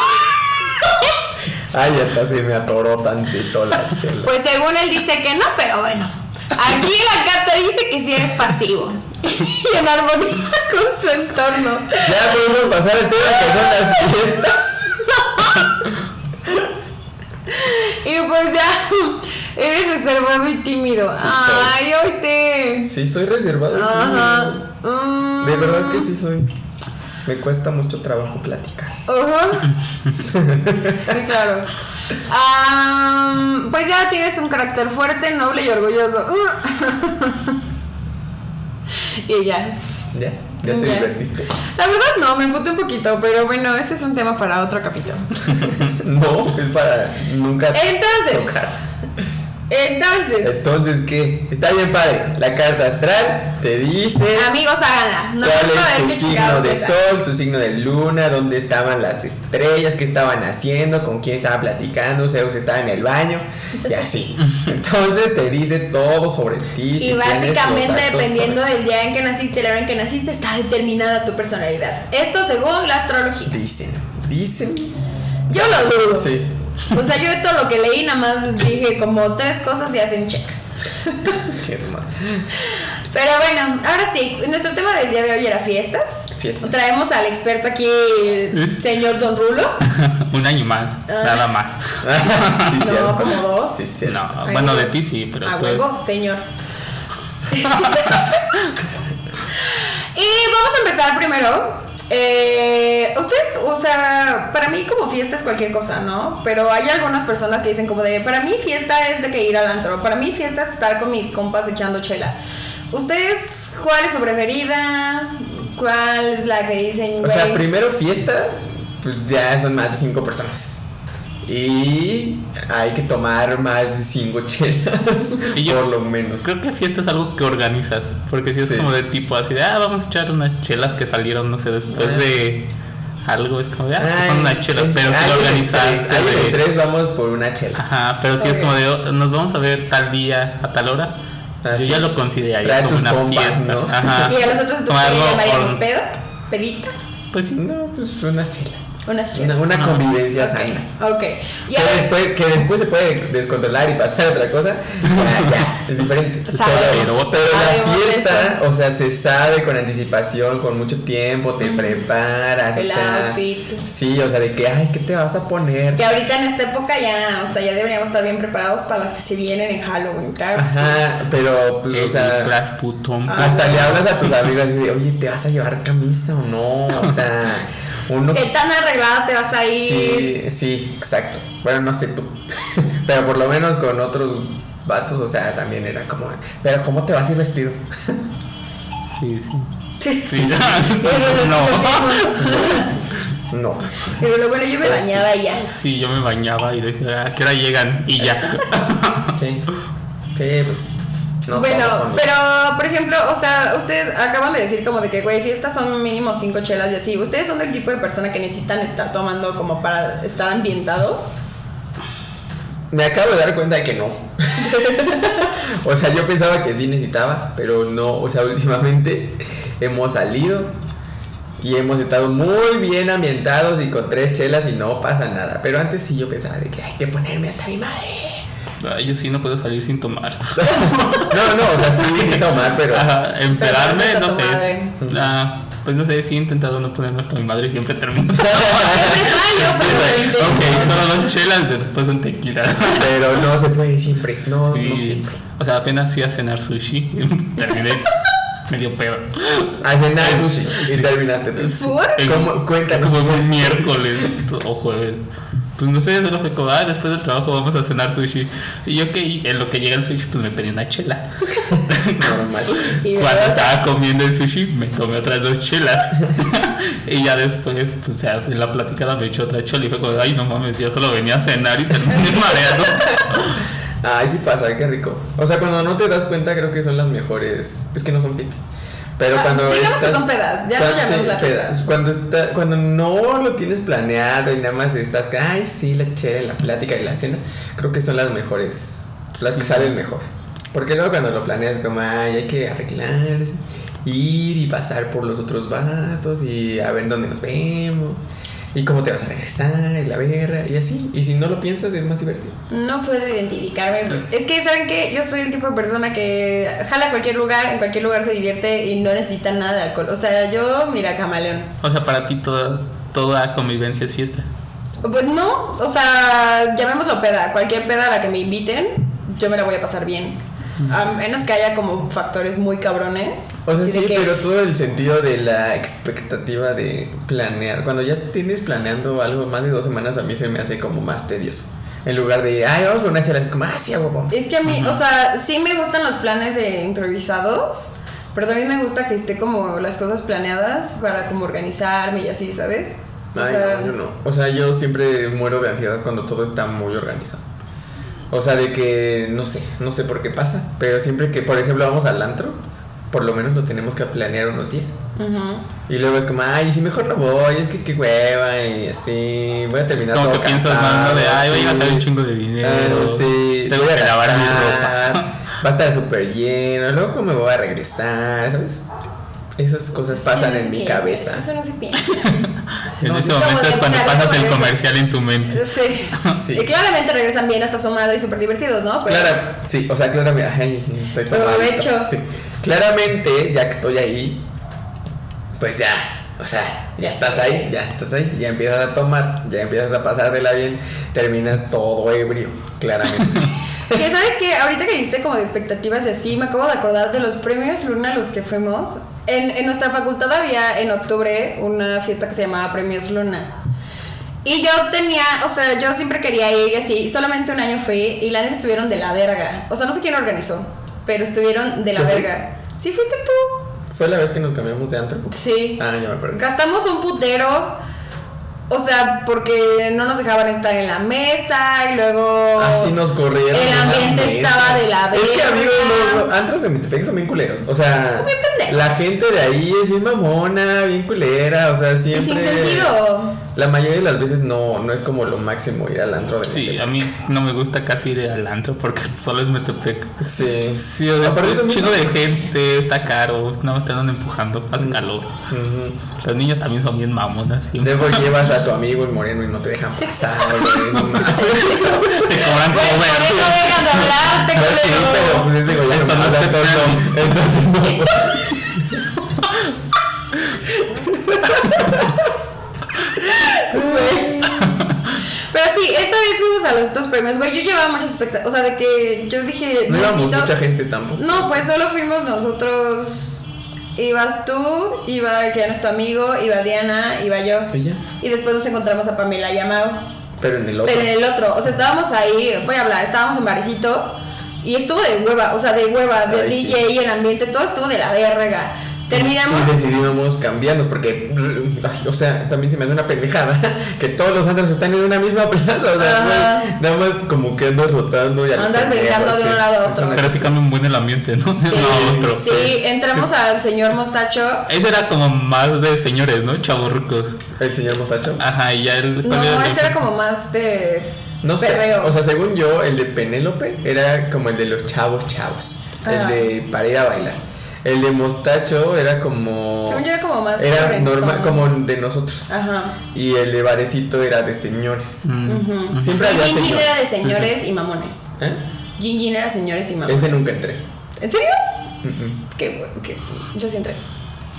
B: Ay, hasta se me atoró tantito
A: *laughs*
B: la chela.
A: Pues según él dice que no, pero bueno. Aquí la carta dice que sí es pasivo. *laughs* Y en armonía con su entorno.
B: Ya podemos pasar el tema que son las fiestas.
A: *laughs* Y pues ya. Eres reservado y tímido.
B: Sí, soy.
A: Ay, oíste.
B: Sí, soy reservado.
A: Ajá. Mm.
B: De verdad que sí soy. Me cuesta mucho trabajo platicar. *laughs*
A: Ajá. Sí, claro. Am, pues ya tienes un carácter fuerte, noble y orgulloso. *laughs* Y ya.
B: Ya, ya te
A: Ya.
B: divertiste.
A: La verdad no, me emputé un poquito, pero bueno, ese es un tema para otro capítulo.
B: *laughs* No, es para nunca
A: Entonces.
B: tocar.
A: Entonces,
B: Entonces, ¿qué? Está bien, padre. La carta astral te dice
A: amigos, háganla. No
B: cuál es
A: les
B: tu
A: puedo decir chingados
B: signo de
A: es.
B: sol, tu signo de luna, dónde estaban las estrellas, qué estaban haciendo, con quién estaba platicando, Zeus estaba en el baño y
A: *laughs*
B: así. Entonces te dice todo sobre ti. si tienes
A: Y
B: pues. los
A: básicamente,
B: datos
A: dependiendo
B: correctos.
A: del día en que naciste, la hora en que naciste, está determinada tu personalidad. Esto según la astrología.
B: Dicen, dicen.
A: Yo lo dudo.
B: Sí.
A: O sea, yo de todo lo que leí, nada más dije como tres cosas y hacen check.
B: Qué mal.
A: Pero bueno, ahora sí, nuestro tema del día de hoy era fiestas. *laughs*
B: Fiestas.
A: Traemos al experto aquí, el señor Don Rulo.
C: *laughs* Un año más, nada
B: *laughs*
C: más.
B: sí,
A: No,
B: cierto.
A: como dos.
B: Sí, cierto.
C: No,
A: Ay,
C: Ah, bueno,
A: no.
C: de ti sí, pero
A: A
C: tú-
A: huevo,
C: *laughs*
A: señor. y vamos a empezar primero. Eh, ustedes, o sea, para mí como fiesta es cualquier cosa, ¿no? Pero hay algunas personas que dicen como de, para mí fiesta es de que ir al antro, para mí fiesta es estar con mis compas echando chela. ¿Ustedes cuál es su preferida? ¿Cuál es la que dicen?
B: O sea,
A: güey?
B: primero fiesta, pues ya son más de cinco personas. Y hay que tomar más de cinco chelas,
C: Y yo-
B: por lo menos.
C: Creo que fiesta es algo que organizas, porque si es
B: Sí.
C: como de tipo así de, ah, vamos a echar unas chelas que salieron, no sé, después
B: Ah.
C: de algo, es como de, ah, pues
B: Ay,
C: son unas chelas,
B: es-
C: pero si
B: hay
C: lo
B: los
C: organizaste.
B: tres, hay los
C: de-
B: tres, vamos por una chela.
C: Ajá, pero si es
A: Ok.
C: como de, oh, nos vamos a ver tal día, a tal hora.
B: Ah,
C: Yo
B: sí.
C: ya lo consideraría
B: Trae
C: como
B: tus
C: una
B: compas,
C: fiesta.
B: ¿no? *laughs*
C: Ajá.
A: Y a los otros, ¿tú
C: Como
A: qué
C: algo
A: le llamaríamos?
C: or-
A: pedo? ¿Pedita?
C: Pues sí.
B: No, pues una chela.
A: Unas chelas.
B: Una, una
C: Ah.
B: convivencia
A: Ok,
B: sana.
A: Ok. Y
B: Que
A: a ver,
B: después, que después se puede descontrolar y pasar a otra cosa. Ya, ya, es diferente. Pero,
A: Sabemos.
B: pero la
A: Sabemos
B: fiesta, o sea, se sabe con anticipación, con mucho tiempo, te preparas.
A: El
B: o sea,
A: outfit.
B: Sí, o sea, de que, ay, ¿qué te vas a poner?
A: Que ahorita en esta época ya, o sea, ya deberíamos estar bien preparados para las que se vienen en Halloween, claro.
B: Ajá, pero pues, o
C: el
B: sea,
C: slash putón.
A: Ah.
B: hasta le hablas a tus amigos y de, oye, ¿te vas a llevar camisa o no? O sea, uno.
A: ¿Qué tan arreglada te vas a ir?
B: Sí, sí, exacto. Bueno, no sé tú. *laughs* Pero por lo menos con otros vatos, o sea, también era como. Pero ¿cómo te vas a ir vestido?
C: Sí, sí.
A: Sí,
C: Sí,
B: *laughs* No.
A: Pero lo bueno, yo me
B: Pues sí.
A: bañaba y ya.
C: Sí, yo me bañaba y decía, "Ah, ¿a qué hora llegan? Y
B: *laughs*
C: ya.
B: Sí. Sí, pues. No
A: bueno,
B: todos son
A: pero por ejemplo, o sea, ustedes acaban de decir como de que, güey, fiestas son mínimo cinco chelas y así. ¿Ustedes son del tipo de persona que necesitan estar tomando como para estar ambientados?
B: Me acabo de dar cuenta de que *laughs* no. o sea, yo pensaba que sí necesitaba, pero no. O sea, últimamente hemos salido y hemos estado muy bien ambientados y con tres chelas y no pasa nada. Pero antes sí yo pensaba de que hay que ponerme hasta mi madre. *laughs*
C: Ay, yo sí no puedo salir sin tomar.
B: No, no, o sea, sí, sí tomar, pero. *laughs*
C: Ajá, emperarme,
A: Pero no
C: no
A: te
C: sé. Ah, pues no sé, sí he intentado no ponerme hasta mi madre y
B: *laughs*
C: siempre termino.
A: Siempre fallo, pero lo intento.
C: ok, solo dos chelas, después un tequila.
B: Pero no se puede siempre. No, no
C: Sí.
B: siempre.
C: O sea, apenas fui a cenar sushi y *laughs* terminé medio pedo.
B: A cenar sushi y
C: Sí.
B: terminaste. pues.
A: ¿Por?
C: El-
B: ¿Cómo? Cuéntanos.
C: Como un miércoles o jueves. Pues no sé, solo fue como, ah, después del trabajo vamos a cenar sushi. Y yo que en lo que llega el sushi, pues me pedí una chela.
B: *laughs* Normal.
A: Y
C: Cuando
A: luego-
C: estaba comiendo el sushi, me tomé otras dos chelas. *laughs* y ya después, pues ya en la platicada me echó otra chela y fue como, ay, no mames, yo solo venía a cenar y terminé *laughs* mareado.
B: Ay, sí pasa, qué rico. O sea, cuando no te das cuenta, creo que son las mejores. Es que no son fiestas. Pero
A: Ah,
B: cuando.
A: digamos que
B: estás-
A: son pedas, ya no
B: cuando-
A: llamemos la fiesta.
B: pedas. Cuando, está, cuando no lo tienes planeado y nada más estás. Ay, sí, la chela, la plática y la cena. Creo que son las mejores. Las que
C: Sí.
B: salen mejor. Porque luego cuando lo planeas, como, ay, hay que arreglarse. Ir y pasar por los otros vatos y a ver dónde nos vemos. Y cómo te vas a regresar, y la verga, y así. Y si no lo piensas, es más divertido.
A: No puedo identificarme. Es que, ¿saben qué? Yo soy el tipo de persona que jala a cualquier lugar, en cualquier lugar se divierte y no necesita nada de alcohol. O sea, yo, mira, camaleón.
C: O sea, para ti toda, toda convivencia es fiesta.
A: Pues no, o sea, llamémoslo peda. Cualquier peda a la que me inviten, yo me la voy a pasar bien. A menos que haya como factores muy cabrones.
B: O sea,
A: así de
B: sí,
A: que-
B: pero todo el sentido de la expectativa de planear. Cuando ya tienes planeando algo más de dos semanas, a mí se me hace como más tedioso. En lugar de, ay, vamos por una chela, es como, ah, sí, a huevo.
A: Es que a mí, o sea, sí me gustan los planes de improvisados, pero también me gusta que esté como las cosas planeadas para como organizarme y así, ¿sabes? O
B: Ay,
A: sea,
B: no, yo no. O sea, yo siempre muero de ansiedad cuando todo está muy organizado. O sea, de que no sé, no sé por qué pasa, pero siempre que, por ejemplo, vamos al antro, por lo menos lo tenemos que planear unos días.
A: ujú.
B: Y luego es como, ay, si mejor no voy, es que qué hueva, y así, voy a terminar
C: Como
B: todo
C: que piensas,
B: cansado,
C: mano, de, ay, voy a gastar
B: así".
C: un chingo de dinero.
B: Ah, sí.
C: Tengo
B: voy a
C: que lavar mi
B: gastar,
C: ropa.
B: Va a estar súper lleno. Luego me voy a regresar, ¿sabes? Esas cosas pasan
A: Eso no
B: en
A: se
B: mi
A: piensa,
B: cabeza.
A: Eso no se
B: *laughs*
A: piensa.
C: En
B: No,
C: ese
A: es como
C: momento es
A: de
C: cuando
A: empezar a
C: pasas el
A: comer.
C: comercial en tu mente.
A: Sí.
B: Sí.
A: Y claramente regresan bien hasta su madre y súper divertidos, ¿no? Pero-
B: Clara, sí, o sea, claramente. Ay, estoy
A: Pero
B: tomadito,
A: hecho.
B: sí. Claramente, ya que estoy ahí, pues ya. O sea, ya estás ahí, ya estás ahí, ya empiezas a tomar, ya empiezas a pasártela bien, terminas todo ebrio, claramente.
A: *laughs* *laughs* Que sabes que ahorita que dijiste como de expectativas y así, me acabo de acordar de los premios Luna a los que fuimos. En, en nuestra facultad había en octubre una fiesta que se llamaba Premios Luna. Y yo tenía, o sea, yo siempre quería ir y así, solamente un año fui y la neta estuvieron de la verga. O sea, no sé quién lo organizó, pero estuvieron de la
B: ¿Yo fui?
A: verga. ¿Sí fuiste tú?
B: ¿Fue la vez que nos cambiamos de antro?
A: Sí.
B: Ah, ya me acuerdo.
A: Gastamos un putero. O sea, porque no nos dejaban estar en la mesa y luego.
B: Así nos corrieron.
A: El
B: de la
A: ambiente
B: mesa.
A: estaba de la
B: Es que
A: verga.
B: amigos, los antros de Metepec son bien culeros. O sea,
A: Son bien pendejos.
B: la gente de ahí es bien mamona, bien culera. O sea,
A: Y
B: siempre.
A: sin sentido.
B: La mayoría de las veces no, no es como lo máximo ir al antro de
C: Sí,
B: Metepec.
C: a mí no me gusta casi ir al antro porque *laughs* solo es Metepec.
B: Sí.
C: Sí, o sea,
B: Aparte
C: es
B: son
C: un
B: bien
C: chingo de
B: mamás.
C: gente, está caro, no me están empujando,
B: Mm.
C: hace calor.
B: Ujú.
C: Los niños también son bien mamonas. siempre
B: Luego llevas a tu amigo el moreno y no te dejan pasar. güey,
A: *laughs*
B: no mames.
C: *laughs* Te cobran
A: Güey, por eso
C: cover.
A: dejan de hablarte,
B: Pues sí,
A: culero.
B: pero pues ese güey ya
C: Esto
B: no
C: no
B: pasa,
C: es
B: entonces no- entonces no.
A: Este
B: *laughs*
A: Pero sí, esta vez fuimos a los dos premios, güey. Yo llevaba muchas expectativas. O sea, de que yo dije.
B: No íbamos
A: necesito-
B: mucha gente tampoco.
A: No, pues solo fuimos nosotros. Ibas tú, iba que era nuestro amigo, iba Diana, iba yo.
B: Y ya.
A: Y después nos encontramos a Pamela y a Mau.
B: Pero en el otro.
A: Pero en el otro, o sea, estábamos ahí, voy a hablar, estábamos en barecito y estuvo de hueva, o sea, de hueva, de
B: Ay, sí.
A: DJ y el ambiente, todo estuvo de la verga. Terminamos.
B: Y decidimos cambiarnos porque, ay, o sea, también se me hace una pendejada *laughs* que todos los antros están en una misma plaza. O sea,
A: Ajá.
B: güey, nada más como que andas rotando y a lo
A: Andas
B: pendejo,
A: brincando de
B: así.
A: un lado a otro.
C: Pero sí cambia un buen el ambiente, ¿no? De
A: Sí,
C: uno a otro.
A: sí, entramos al señor mostacho.
C: Ese era como más de señores, ¿no? Chavorrucos.
B: El señor Mostacho.
C: Ajá, y ya el.
A: No,
C: ¿cuál era el
A: este era
C: otro?
A: como más de
B: No sé,
A: perreo.
B: o sea, según yo, el de Penélope era como el de los chavos chavos,
A: Ah.
B: el de para ir a bailar. El de Mostacho era como
A: Según yo era como más de
B: era
A: reggaetón. Ah.
B: normal como de nosotros.
A: Ajá.
B: Y el de Varecito era de señores.
C: Mm.
A: ujú.
B: Siempre había
A: y Gin Gin
B: señores.
A: era de señores y mamones.
B: ¿Eh?
A: Gin Gin era señores y mamones.
B: Ese nunca entré. Mm,
A: ¿En serio?
B: Mm-mm.
A: Que, que yo sí entré.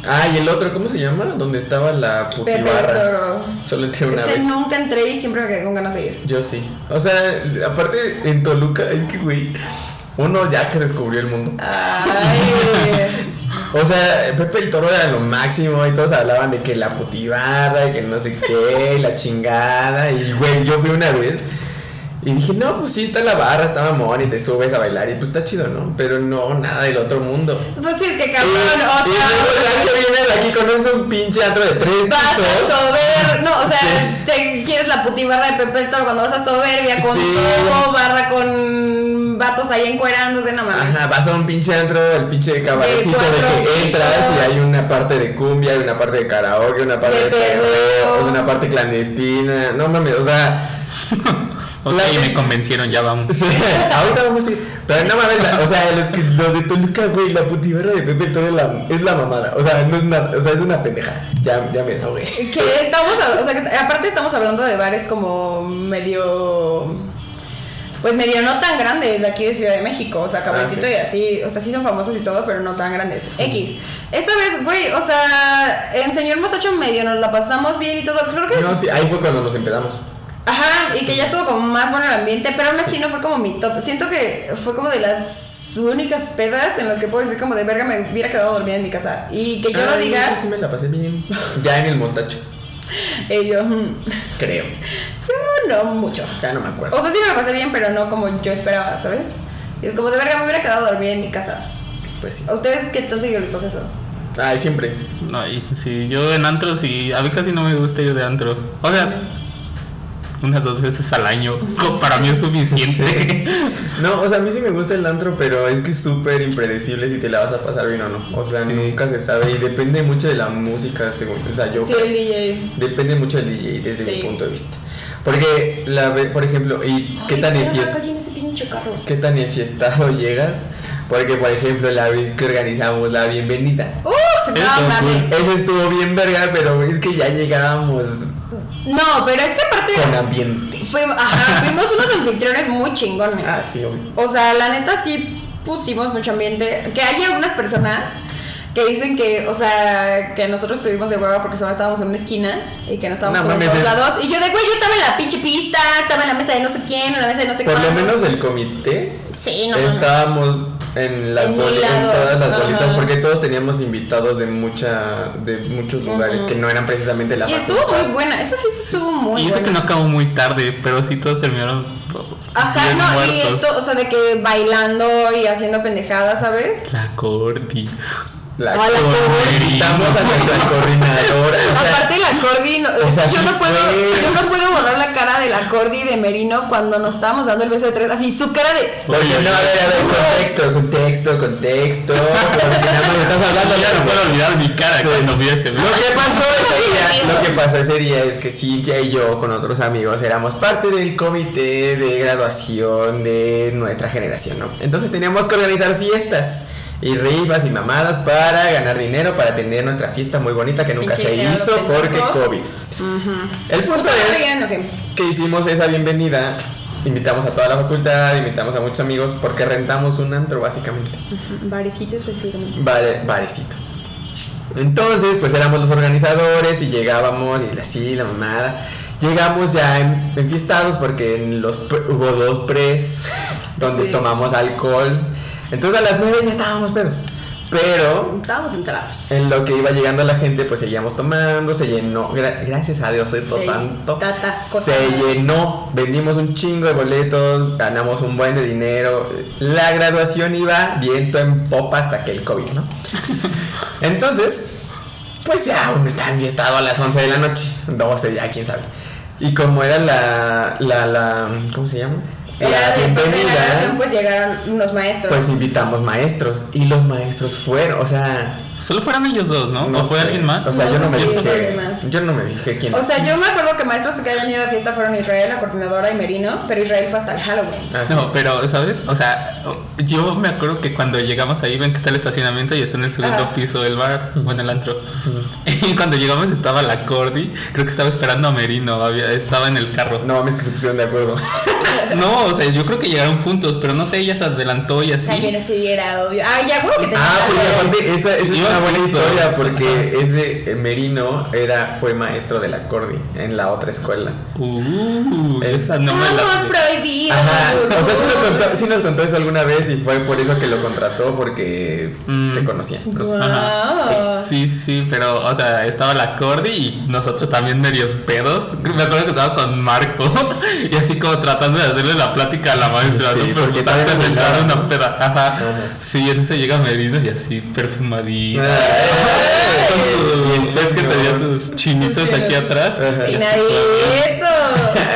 B: Ah, y el otro, ¿cómo se llama? Donde estaba la
A: Pepe
B: putibarra.
A: Toro.
B: Solo entré una
A: Ese
B: vez.
A: nunca entré y siempre me quedé con ganas de ir.
B: Yo sí. O sea, aparte en Toluca, es que güey, uno ya que descubrió el mundo.
A: Ay.
B: O sea, Pepe el Toro era lo máximo y todos hablaban de que la putibarra y que no sé qué, y la chingada. Y güey, yo fui una vez y dije, no, pues sí, está la barra, está mamón y te subes a bailar y pues está chido, ¿no? Pero no, nada del otro mundo.
A: Pues sí, es que
B: Y,
A: cabrón, o
B: y luego, ya
A: sea,
B: que vienes aquí conoces un pinche antro de tres
A: vas a
B: pisos.
A: sober, no, o sea,
B: Sí.
A: te quieres la putibarra de Pepe el Toro cuando vas a soberbia con
B: Sí.
A: todo, barra con vatos ahí encuerándose, no mames.
B: Ajá, vas a un pinche antro, el pinche cabaretito de
A: cuatro
B: que entras
A: pisos.
B: y hay una parte de cumbia, hay una parte de karaoke, una parte
A: De
B: de perreo,
A: perreo.
B: es una parte clandestina. No mames, o sea. *laughs*
C: Ok,
B: La-
C: me convencieron, ya vamos.
B: Sí, ahorita vamos a ir. Pero no mames, la- o sea, los, que- los de Toluca, güey, la putibarra de Pepe el Toro es la, es la mamada. O sea, no es nada, o sea, es una pendeja. Ya, ya me desahogué.
A: Que estamos, hab- o sea, que aparte estamos hablando de bares como medio, pues medio no tan grandes de aquí de Ciudad de México, o sea, Cabritito
B: Ah, sí.
A: y así, o sea, sí son famosos y todo, pero no tan grandes. X. Esa vez, güey, o sea, en Señor Mostacho medio nos la pasamos bien y todo, creo que...
B: No, sí, ahí fue cuando nos empezamos.
A: Ajá, y que ya estuvo como más bueno el ambiente, pero aún así no fue como mi top. Siento que fue como de las únicas pedas en las que puedo decir como de verga me hubiera quedado dormida en mi casa. Y que yo lo
B: Ay,
A: diga,
B: esa Ah, Sí, me la pasé bien. Ya en el montacho,
A: eh, yo, *laughs* mm,
B: creo.
A: yo no mucho.
B: Ya no me acuerdo.
A: O sea, sí me la pasé bien, pero no como yo esperaba, ¿sabes? Y es como de verga me hubiera quedado dormida en mi casa.
B: Pues sí.
A: ¿A ustedes qué tan seguido les pasa eso?
B: Ay, siempre.
C: No, y sí, yo en antro sí, a mí casi no me gusta ir de antro. O sea, unas dos veces al año, co- para mí es suficiente.
B: No, o sea, a mí sí me gusta el antro, pero es que es súper impredecible si te la vas a pasar bien o no. O sea,
C: Sí.
B: nunca se sabe y depende mucho de la música, según. O sea, yo
A: sí,
B: creo.
A: el DJ.
B: Depende mucho del DJ desde
A: Sí.
B: mi punto de vista. Porque, la, ve- por ejemplo, ¿y qué tan,
A: Ay,
B: enfiest-
A: en ese pinche carro.
B: qué tan enfiestado *laughs* llegas? Porque, por ejemplo, la vez que organizamos la bienvenida.
A: ¡Uh!
C: Eso,
A: No mames.
B: Eso estuvo bien verga, pero es que ya llegábamos
A: No, pero es que aparte.
B: con ambiente.
A: Fuimos, ajá, fuimos unos anfitriones muy chingones.
B: Ah, sí, obvio.
A: O sea, la neta sí pusimos mucho ambiente. Que hay algunas personas que dicen que, o sea, que nosotros estuvimos de hueva porque solo estábamos en una esquina y que no estábamos
B: No,
A: en
B: mames,
A: todos
B: es-
A: lados. Y yo de güey, yo estaba en la pinche pista, estaba en la mesa de no sé quién, en la mesa de no sé
B: Por lo
A: cuándo".
B: menos el comité
A: Sí, no. mames.
B: estábamos en las
A: En
B: boli-
A: mil
B: en
A: lados,
B: todas las
A: ajá.
B: bolitas porque todos teníamos invitados de mucha de muchos lugares que no eran precisamente la
A: Y estuvo muy buena, esa fiesta estuvo muy
C: *laughs* y eso
A: buena.
C: que no acabó muy tarde, pero sí todos terminaron
A: Ajá,
C: bien
A: no, y
C: muertos.
A: esto, o sea, de que bailando y haciendo pendejadas, ¿sabes?
C: La corti.
B: la
A: Ah, la
B: cor- invitamos a nuestra coordinadora o sea,
A: Aparte la Cordy, no-
B: o sea,
A: yo,
B: sí
A: no puedo,
B: fue.
A: yo no puedo borrar la cara de la Cordy de Merino cuando nos estábamos dando el beso de tres, así su cara de...
B: Porque no, a ver, a ver, contexto, contexto,
A: *laughs*
B: contexto. Porque nada más estás hablando
C: ya no puedo
B: de
C: olvidar mi cara
B: Sí.
C: cuando vi ese
B: lo que pasó ese día, lo que pasó ese día es que Cintia y yo con otros amigos éramos parte del comité de graduación de nuestra generación, ¿no? Entonces teníamos que organizar fiestas y rifas y mamadas para ganar dinero para tener nuestra fiesta muy bonita que nunca
A: Pinche
B: se
A: idea, lo
B: hizo porque
A: pendejo.
B: COVID. El punto
A: Puta
B: es
A: madre, ya me enojé.
B: que hicimos esa bienvenida, invitamos a toda la facultad, invitamos a muchos amigos porque rentamos un antro básicamente.
A: Barecillos
D: pues,
A: efectivamente.
B: Bare- barecito. Entonces, pues éramos los organizadores y llegábamos y así, la mamada. Llegamos ya en- enfiestados porque en los pre- hubo dos pres *laughs* donde
A: Sí.
B: tomamos alcohol. Entonces a las nueve ya estábamos pedos. Pero
D: Estábamos enterados.
B: en lo que iba llegando la gente, pues seguíamos tomando, se llenó. Gra- gracias a Dios, esto
D: Sí,
B: santo.
D: tatasco.
B: Se llenó, vendimos un chingo de boletos, ganamos un buen de dinero. La graduación iba viento en popa hasta que el COVID,
A: *laughs*
B: ¿no? Entonces, pues ya uno está enfiestado a las 11 de la noche, 12 ya, quién sabe. Y como era la, la, la, ¿cómo se llama?
A: Era de parte de la graduación, pues llegaron unos maestros.
B: pues invitamos maestros y los maestros fueron, o sea,
C: Solo fueron ellos dos, ¿no?
B: no
C: ¿O fue
B: sé.
C: alguien más?
B: O sea, yo no
A: No,
B: me
A: sí, fue
B: fijé.
A: alguien más.
B: Yo no me fijé quién.
A: o sea, yo me acuerdo que maestros que habían ido a fiesta fueron Israel, la coordinadora y Merino, pero Israel fue hasta el Halloween.
B: Ah, sí.
C: No, pero, ¿sabes? O sea, yo me acuerdo que cuando llegamos ahí, ven que está el estacionamiento y está en el segundo
A: Ajá.
C: piso del bar, bueno, el antro. *laughs* Y cuando llegamos estaba la Cordy, creo que estaba esperando a Merino, había, estaba en el carro.
B: No mames que se pusieron de *laughs* acuerdo.
C: No, o sea, yo creo que llegaron juntos, pero no sé, ella se adelantó y así.
A: O sea, que no se viera obvio. Ay, ya acuerdo que tenía.
B: Ah, porque
A: algo.
B: aparte esa, esa es
C: Iban
B: una buena
C: juntos.
B: historia porque ese eh, Merino era fue maestro de la Cordy en la otra escuela.
C: Uh, esa no me
A: Amor
C: la...
A: prohibido.
B: Ajá. O sea, sí nos contó, sí nos contó eso alguna vez y fue por eso que lo contrató porque
C: Mm.
B: te conocía. no sé.
A: Wow.
C: Sí, sí, pero, o sea, estaba la Cordy y nosotros también medios pedos. Me acuerdo que estaba con Marco *laughs* y así como tratando de hacerle la plática a la maestra,
B: Sí,
C: ¿no? Pero
B: porque
C: pues
B: todavía
C: antes de
B: no
C: entrar a
B: llegaba,
C: una peda. Ajá.
B: Ajá.
C: Sí, en eso llega Merino y así perfumadito.
B: Ah, Ay,
C: Con su, ¿Sabes que
B: señor.
C: tenía sus chinitos aquí atrás?
B: Ajá.
C: Y así,
A: Peinadito.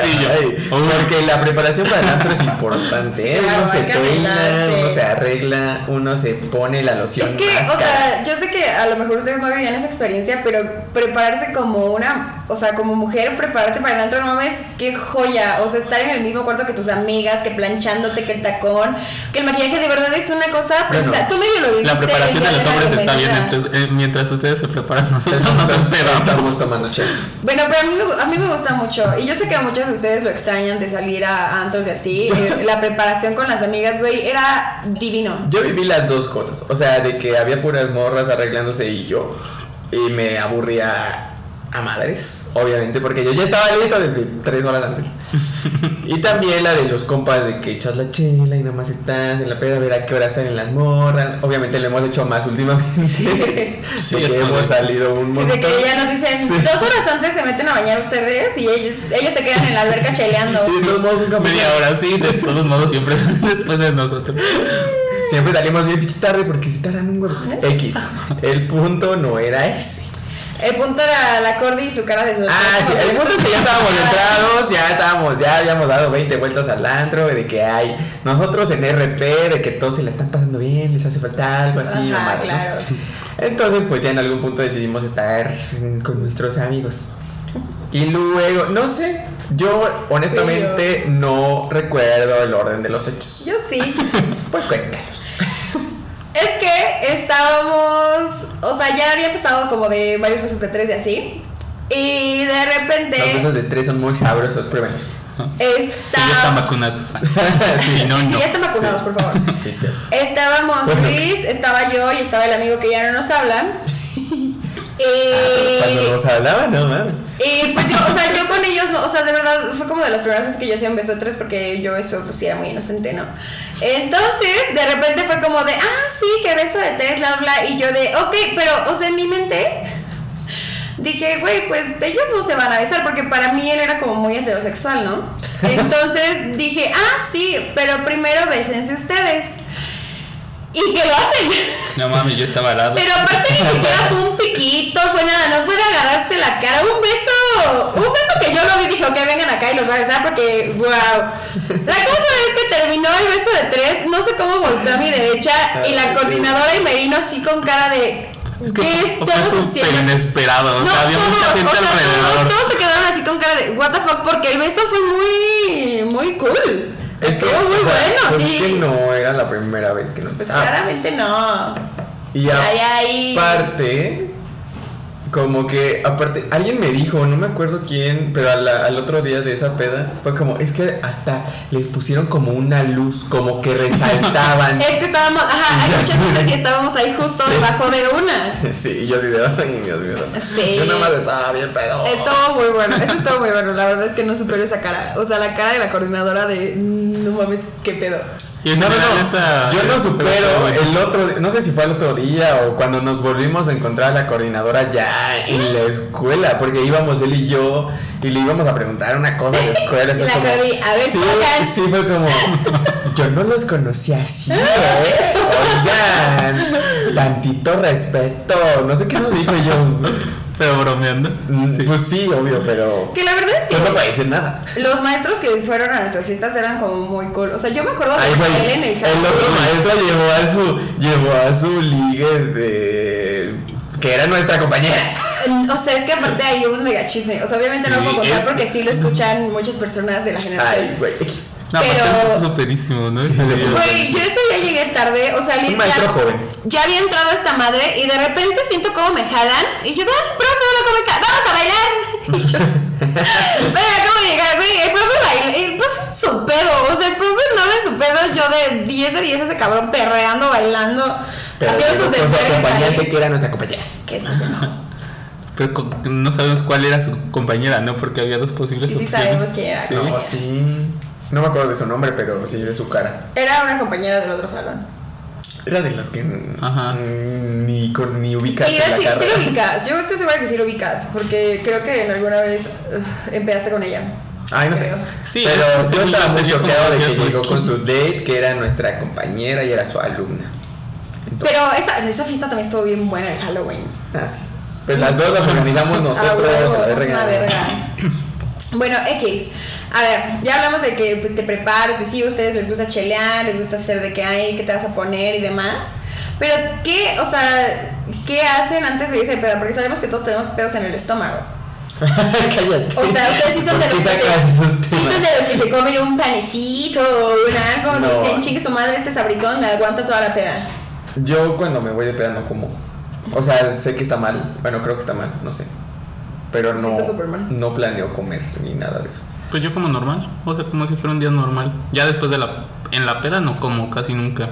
C: Sí, yo.
B: Ay, eh, Porque la preparación para el antro es importante. ¿eh?
D: Claro,
B: Uno se
D: hay que
B: peina,
D: arreglarse.
B: uno se arregla, uno se pone la loción.
A: Es que,
C: Ah,
B: más
A: o
B: cara.
A: sea, yo sé que a lo mejor ustedes no vivían esa experiencia, pero prepararse como una, o sea, como mujer, prepararte para el antro, no mames, qué joya. O sea, estar en el mismo cuarto que tus amigas, que planchándote, que el tacón, que el maquillaje de verdad es una cosa preciosa.
B: Bueno,
A: Tú medio lo viviste.
C: La preparación
A: yo
C: de los
A: era
C: hombres está bien,
A: bienvenida.
C: entonces, eh, mientras ustedes se preparan, nosotros nos
B: Entonces,
C: esperamos.
B: Estamos tomando chela.
A: Bueno, pero a mí, me gu- a mí me gusta mucho. Y yo sé que a muchas de ustedes lo extrañan de salir a antros y así.
C: *laughs*
A: Eh, La preparación con las amigas, güey, era divino.
B: Yo viví las dos cosas. O sea, de que había puras morras arreglándose y yo. Y me aburría a madres, obviamente, porque yo ya estaba listo desde tres horas antes. Y también la de los compas de que echas la chela y nada más estás en la peda a ver a qué hora salen las morras. Obviamente lo hemos hecho más últimamente. *laughs*
C: Sí,
B: de
C: es
B: que hemos
C: correcto.
B: salido un
A: Sí,
B: montón.
A: de que ya nos dicen,
B: Sí.
A: dos horas antes se meten a bañar ustedes y ellos, ellos se quedan en la alberca cheleando.
B: Y de todos modos nunca fuimos-
C: Media hora, sí, de todos modos siempre son *laughs* después de nosotros.
B: Siempre salimos bien pinche tarde porque si tardan un huevo.
A: ¿Eh?
B: X. El punto no era ese.
A: El punto era la Cordy y su cara de
B: Ah, sí, el punto es que ya estábamos entrados, ya estábamos, ya habíamos dado 20 vueltas al antro, de que hay nosotros en RP, de que todos se la están pasando bien, les hace falta algo así,
A: Ajá,
B: mamada, Pues ¿no? *laughs*
A: claro.
B: Entonces, pues ya en algún punto decidimos estar mm, con nuestros amigos. Y luego, no sé, yo honestamente no recuerdo el orden de los hechos.
A: Yo sí.
B: Pues cuéntanos.
A: Es que estábamos, o sea, ya había pasado como de varios besos de tres y así. Y de repente
B: Los besos de tres son muy sabrosos, pruébenlos.
C: Si ya están
A: está...
C: vacunados. Si
A: *laughs*
C: no,
A: Sí,
C: no.
A: ya están vacunados, por favor.
B: Sí, es cierto. Ah,
A: Estábamos
B: Bueno.
A: Luis, estaba yo y estaba el amigo que ya no
B: *laughs*
A: nos habla. Y...
B: Ah, pero
A: Eh,
B: cuando nos hablaban, no mames.
A: Y pues yo, o sea, yo con ellos, no, o sea, de verdad, fue como de las primeras veces que yo hacía un beso tres porque yo eso, pues sí, era muy inocente, ¿no? Entonces, de repente fue como de, ah, sí, que beso de tres, bla, bla, y yo de, ok, pero, o sea, en mi mente *laughs* dije, güey, pues ellos no se van a besar porque para mí él era como muy heterosexual, ¿no? Entonces dije, ah, sí, pero primero bésense ustedes. Y que lo hacen.
C: No mami, yo estaba al lado.
A: Pero
C: *laughs*
A: aparte ni siquiera fue un piquito, fue nada, no fue de agarrarse la cara, un beso, un beso que yo lo vi y dije, ok, vengan acá y los voy a besar porque, wow. La cosa es que terminó el beso de tres, no sé cómo volteó a mi derecha y la coordinadora y Merino así con cara de,
C: es que
A: ¿qué
C: fue
A: estamos
C: súper
A: haciendo?
C: inesperado. o
A: No,
C: sea, había mucha gente
A: todos, o sea,
C: alrededor.
A: todos, todos se quedaron así con cara de, what the fuck, porque el beso fue muy, muy cool.
B: Es que,
A: Estuvo muy
B: o sea, pues
A: bueno,
B: es que
A: sí.
B: no era la primera vez que no
A: Pues
C: ah,
B: empezaba.
A: claramente no.
B: y
A: Ay, ay.
B: aparte, como que, aparte, alguien me dijo, no me acuerdo quién, pero a la- al otro día de esa peda, fue como, es que hasta le pusieron como una luz, como que
A: *laughs*
B: resaltaban.
A: Es que estábamos, ajá, hay muchas veces y estábamos ahí justo
B: Sí.
A: debajo de una.
B: sí, y yo así de, ay, Dios mío. santo".
A: Sí.
B: Yo nada más estaba bien pedo.
A: Estuvo muy bueno, eso estuvo muy bueno. La verdad es que no supero esa cara. O sea, la cara de la coordinadora de no mames, qué pedo.
C: Y en
B: No, no,
C: general
B: no.
C: esa-
B: Yo no
C: esa
B: supero
C: pelota, güey.
B: el otro, no sé si fue el otro día o cuando nos volvimos a encontrar a la coordinadora ya en la escuela, porque íbamos él y yo y le íbamos a preguntar una cosa de escuela. y fue
A: *laughs* La
B: como,
A: Cori, a ver,
B: sí,
A: oigan.
B: sí, fue como, yo no los conocí así, ¿eh? Oigan, tantito respeto, no sé qué nos dijo y yo.
C: Pero bromeando.
B: mm,
C: Sí.
B: Pues sí, obvio, pero pues
A: Que la verdad es que
B: no me parece nada.
A: los maestros que fueron a nuestras fiestas eran como muy cool. O sea, yo me acuerdo de
B: Ay, güey,
A: él en el
B: el otro maestro llevó a su llevó a su ligue de que era nuestra compañera.
A: O sea, es que aparte ahí hubo un mega chisme. O sea, obviamente no
C: Sí,
A: lo puedo contar
C: es-
A: porque sí lo escuchan muchas personas de la
B: Ay,
A: generación.
B: güey.
C: No, aparte
A: Pero-
C: se puso pedísimo, ¿no?
B: Sí,
C: Ese
B: se
C: día.
B: puso.
A: Güey, yo ese día llegué tarde, o sea, li-
B: Un maestro
A: ya,
B: joven.
A: ya había entrado esta madre y de repente siento como me jalan y yo, ah, profe, hola, ¿cómo está? ¡Vamos a bailar! *laughs* Y yo, "Venga, acabo de llegar, güey, el profe baila, el profe en su pedo, o sea, el profe no me su pedo, yo de 10 de 10 ese cabrón perreando, bailando,
B: Pero
A: haciendo
B: llegó
A: sus
B: con su acompañante
A: desvergüenzas.
B: que era nuestra compañera.
A: ¿Qué es eso?
C: Pero con- no sabemos cuál era su compañera, ¿no? Porque había dos posibles
A: Sí, sí
C: opciones.
A: sabemos quién era.
C: Sí.
A: No,
B: sí. No me acuerdo de su nombre, pero sí de su cara.
A: Era una compañera del otro salón.
B: Era de las que mm,
C: Ajá.
B: ni con- ni ubicas
A: Sí,
B: en la
A: sí, sí
B: carrera.
A: lo ubicas, yo estoy segura que sí lo ubicas, porque creo que en alguna vez ugh, empezaste con ella.
B: Ay, no sé.
C: Sí,
B: pero
C: sí,
B: yo
C: sí,
B: estaba
C: la
B: muy
C: tenía
B: choqueado de
C: como
B: que
C: decía,
B: llegó
C: güey,
B: con
C: ¿quién?
B: su date, que era nuestra compañera y era su alumna.
A: Pero esa, esa fiesta también estuvo bien buena el Halloween.
B: Ah, sí. Pues las dos las organizamos nosotros,
A: Ah, huevo,
B: a la
A: es
B: verga.
A: una verga. Bueno, X. A ver, ya hablamos de que pues, te prepares, de si a ustedes les gusta chelear, les gusta hacer de qué hay, qué te vas a poner y demás. Pero, ¿qué, o sea, qué hacen antes de irse de peda? Porque sabemos que todos tenemos pedos en el estómago.
C: *laughs*
B: Cállate.
A: O sea, ustedes sí son de
B: ¿Por
A: los
B: qué
A: que se-
B: sacas esos
A: Sí,
B: temas?
A: son de los que se comen un panecito o un algo,
B: No.
A: dicen, chingue su madre, este sabritón me aguanta toda la peda.
B: Yo cuando me voy de peda no como. O sea, sé que está mal. Bueno, creo que está mal, no sé. Pero
A: Sí,
B: no,
A: está súper mal.
B: no planeo comer ni nada de eso.
C: Pues yo como normal, o sea, como si fuera un día normal. Ya después de la... En la peda no como casi nunca.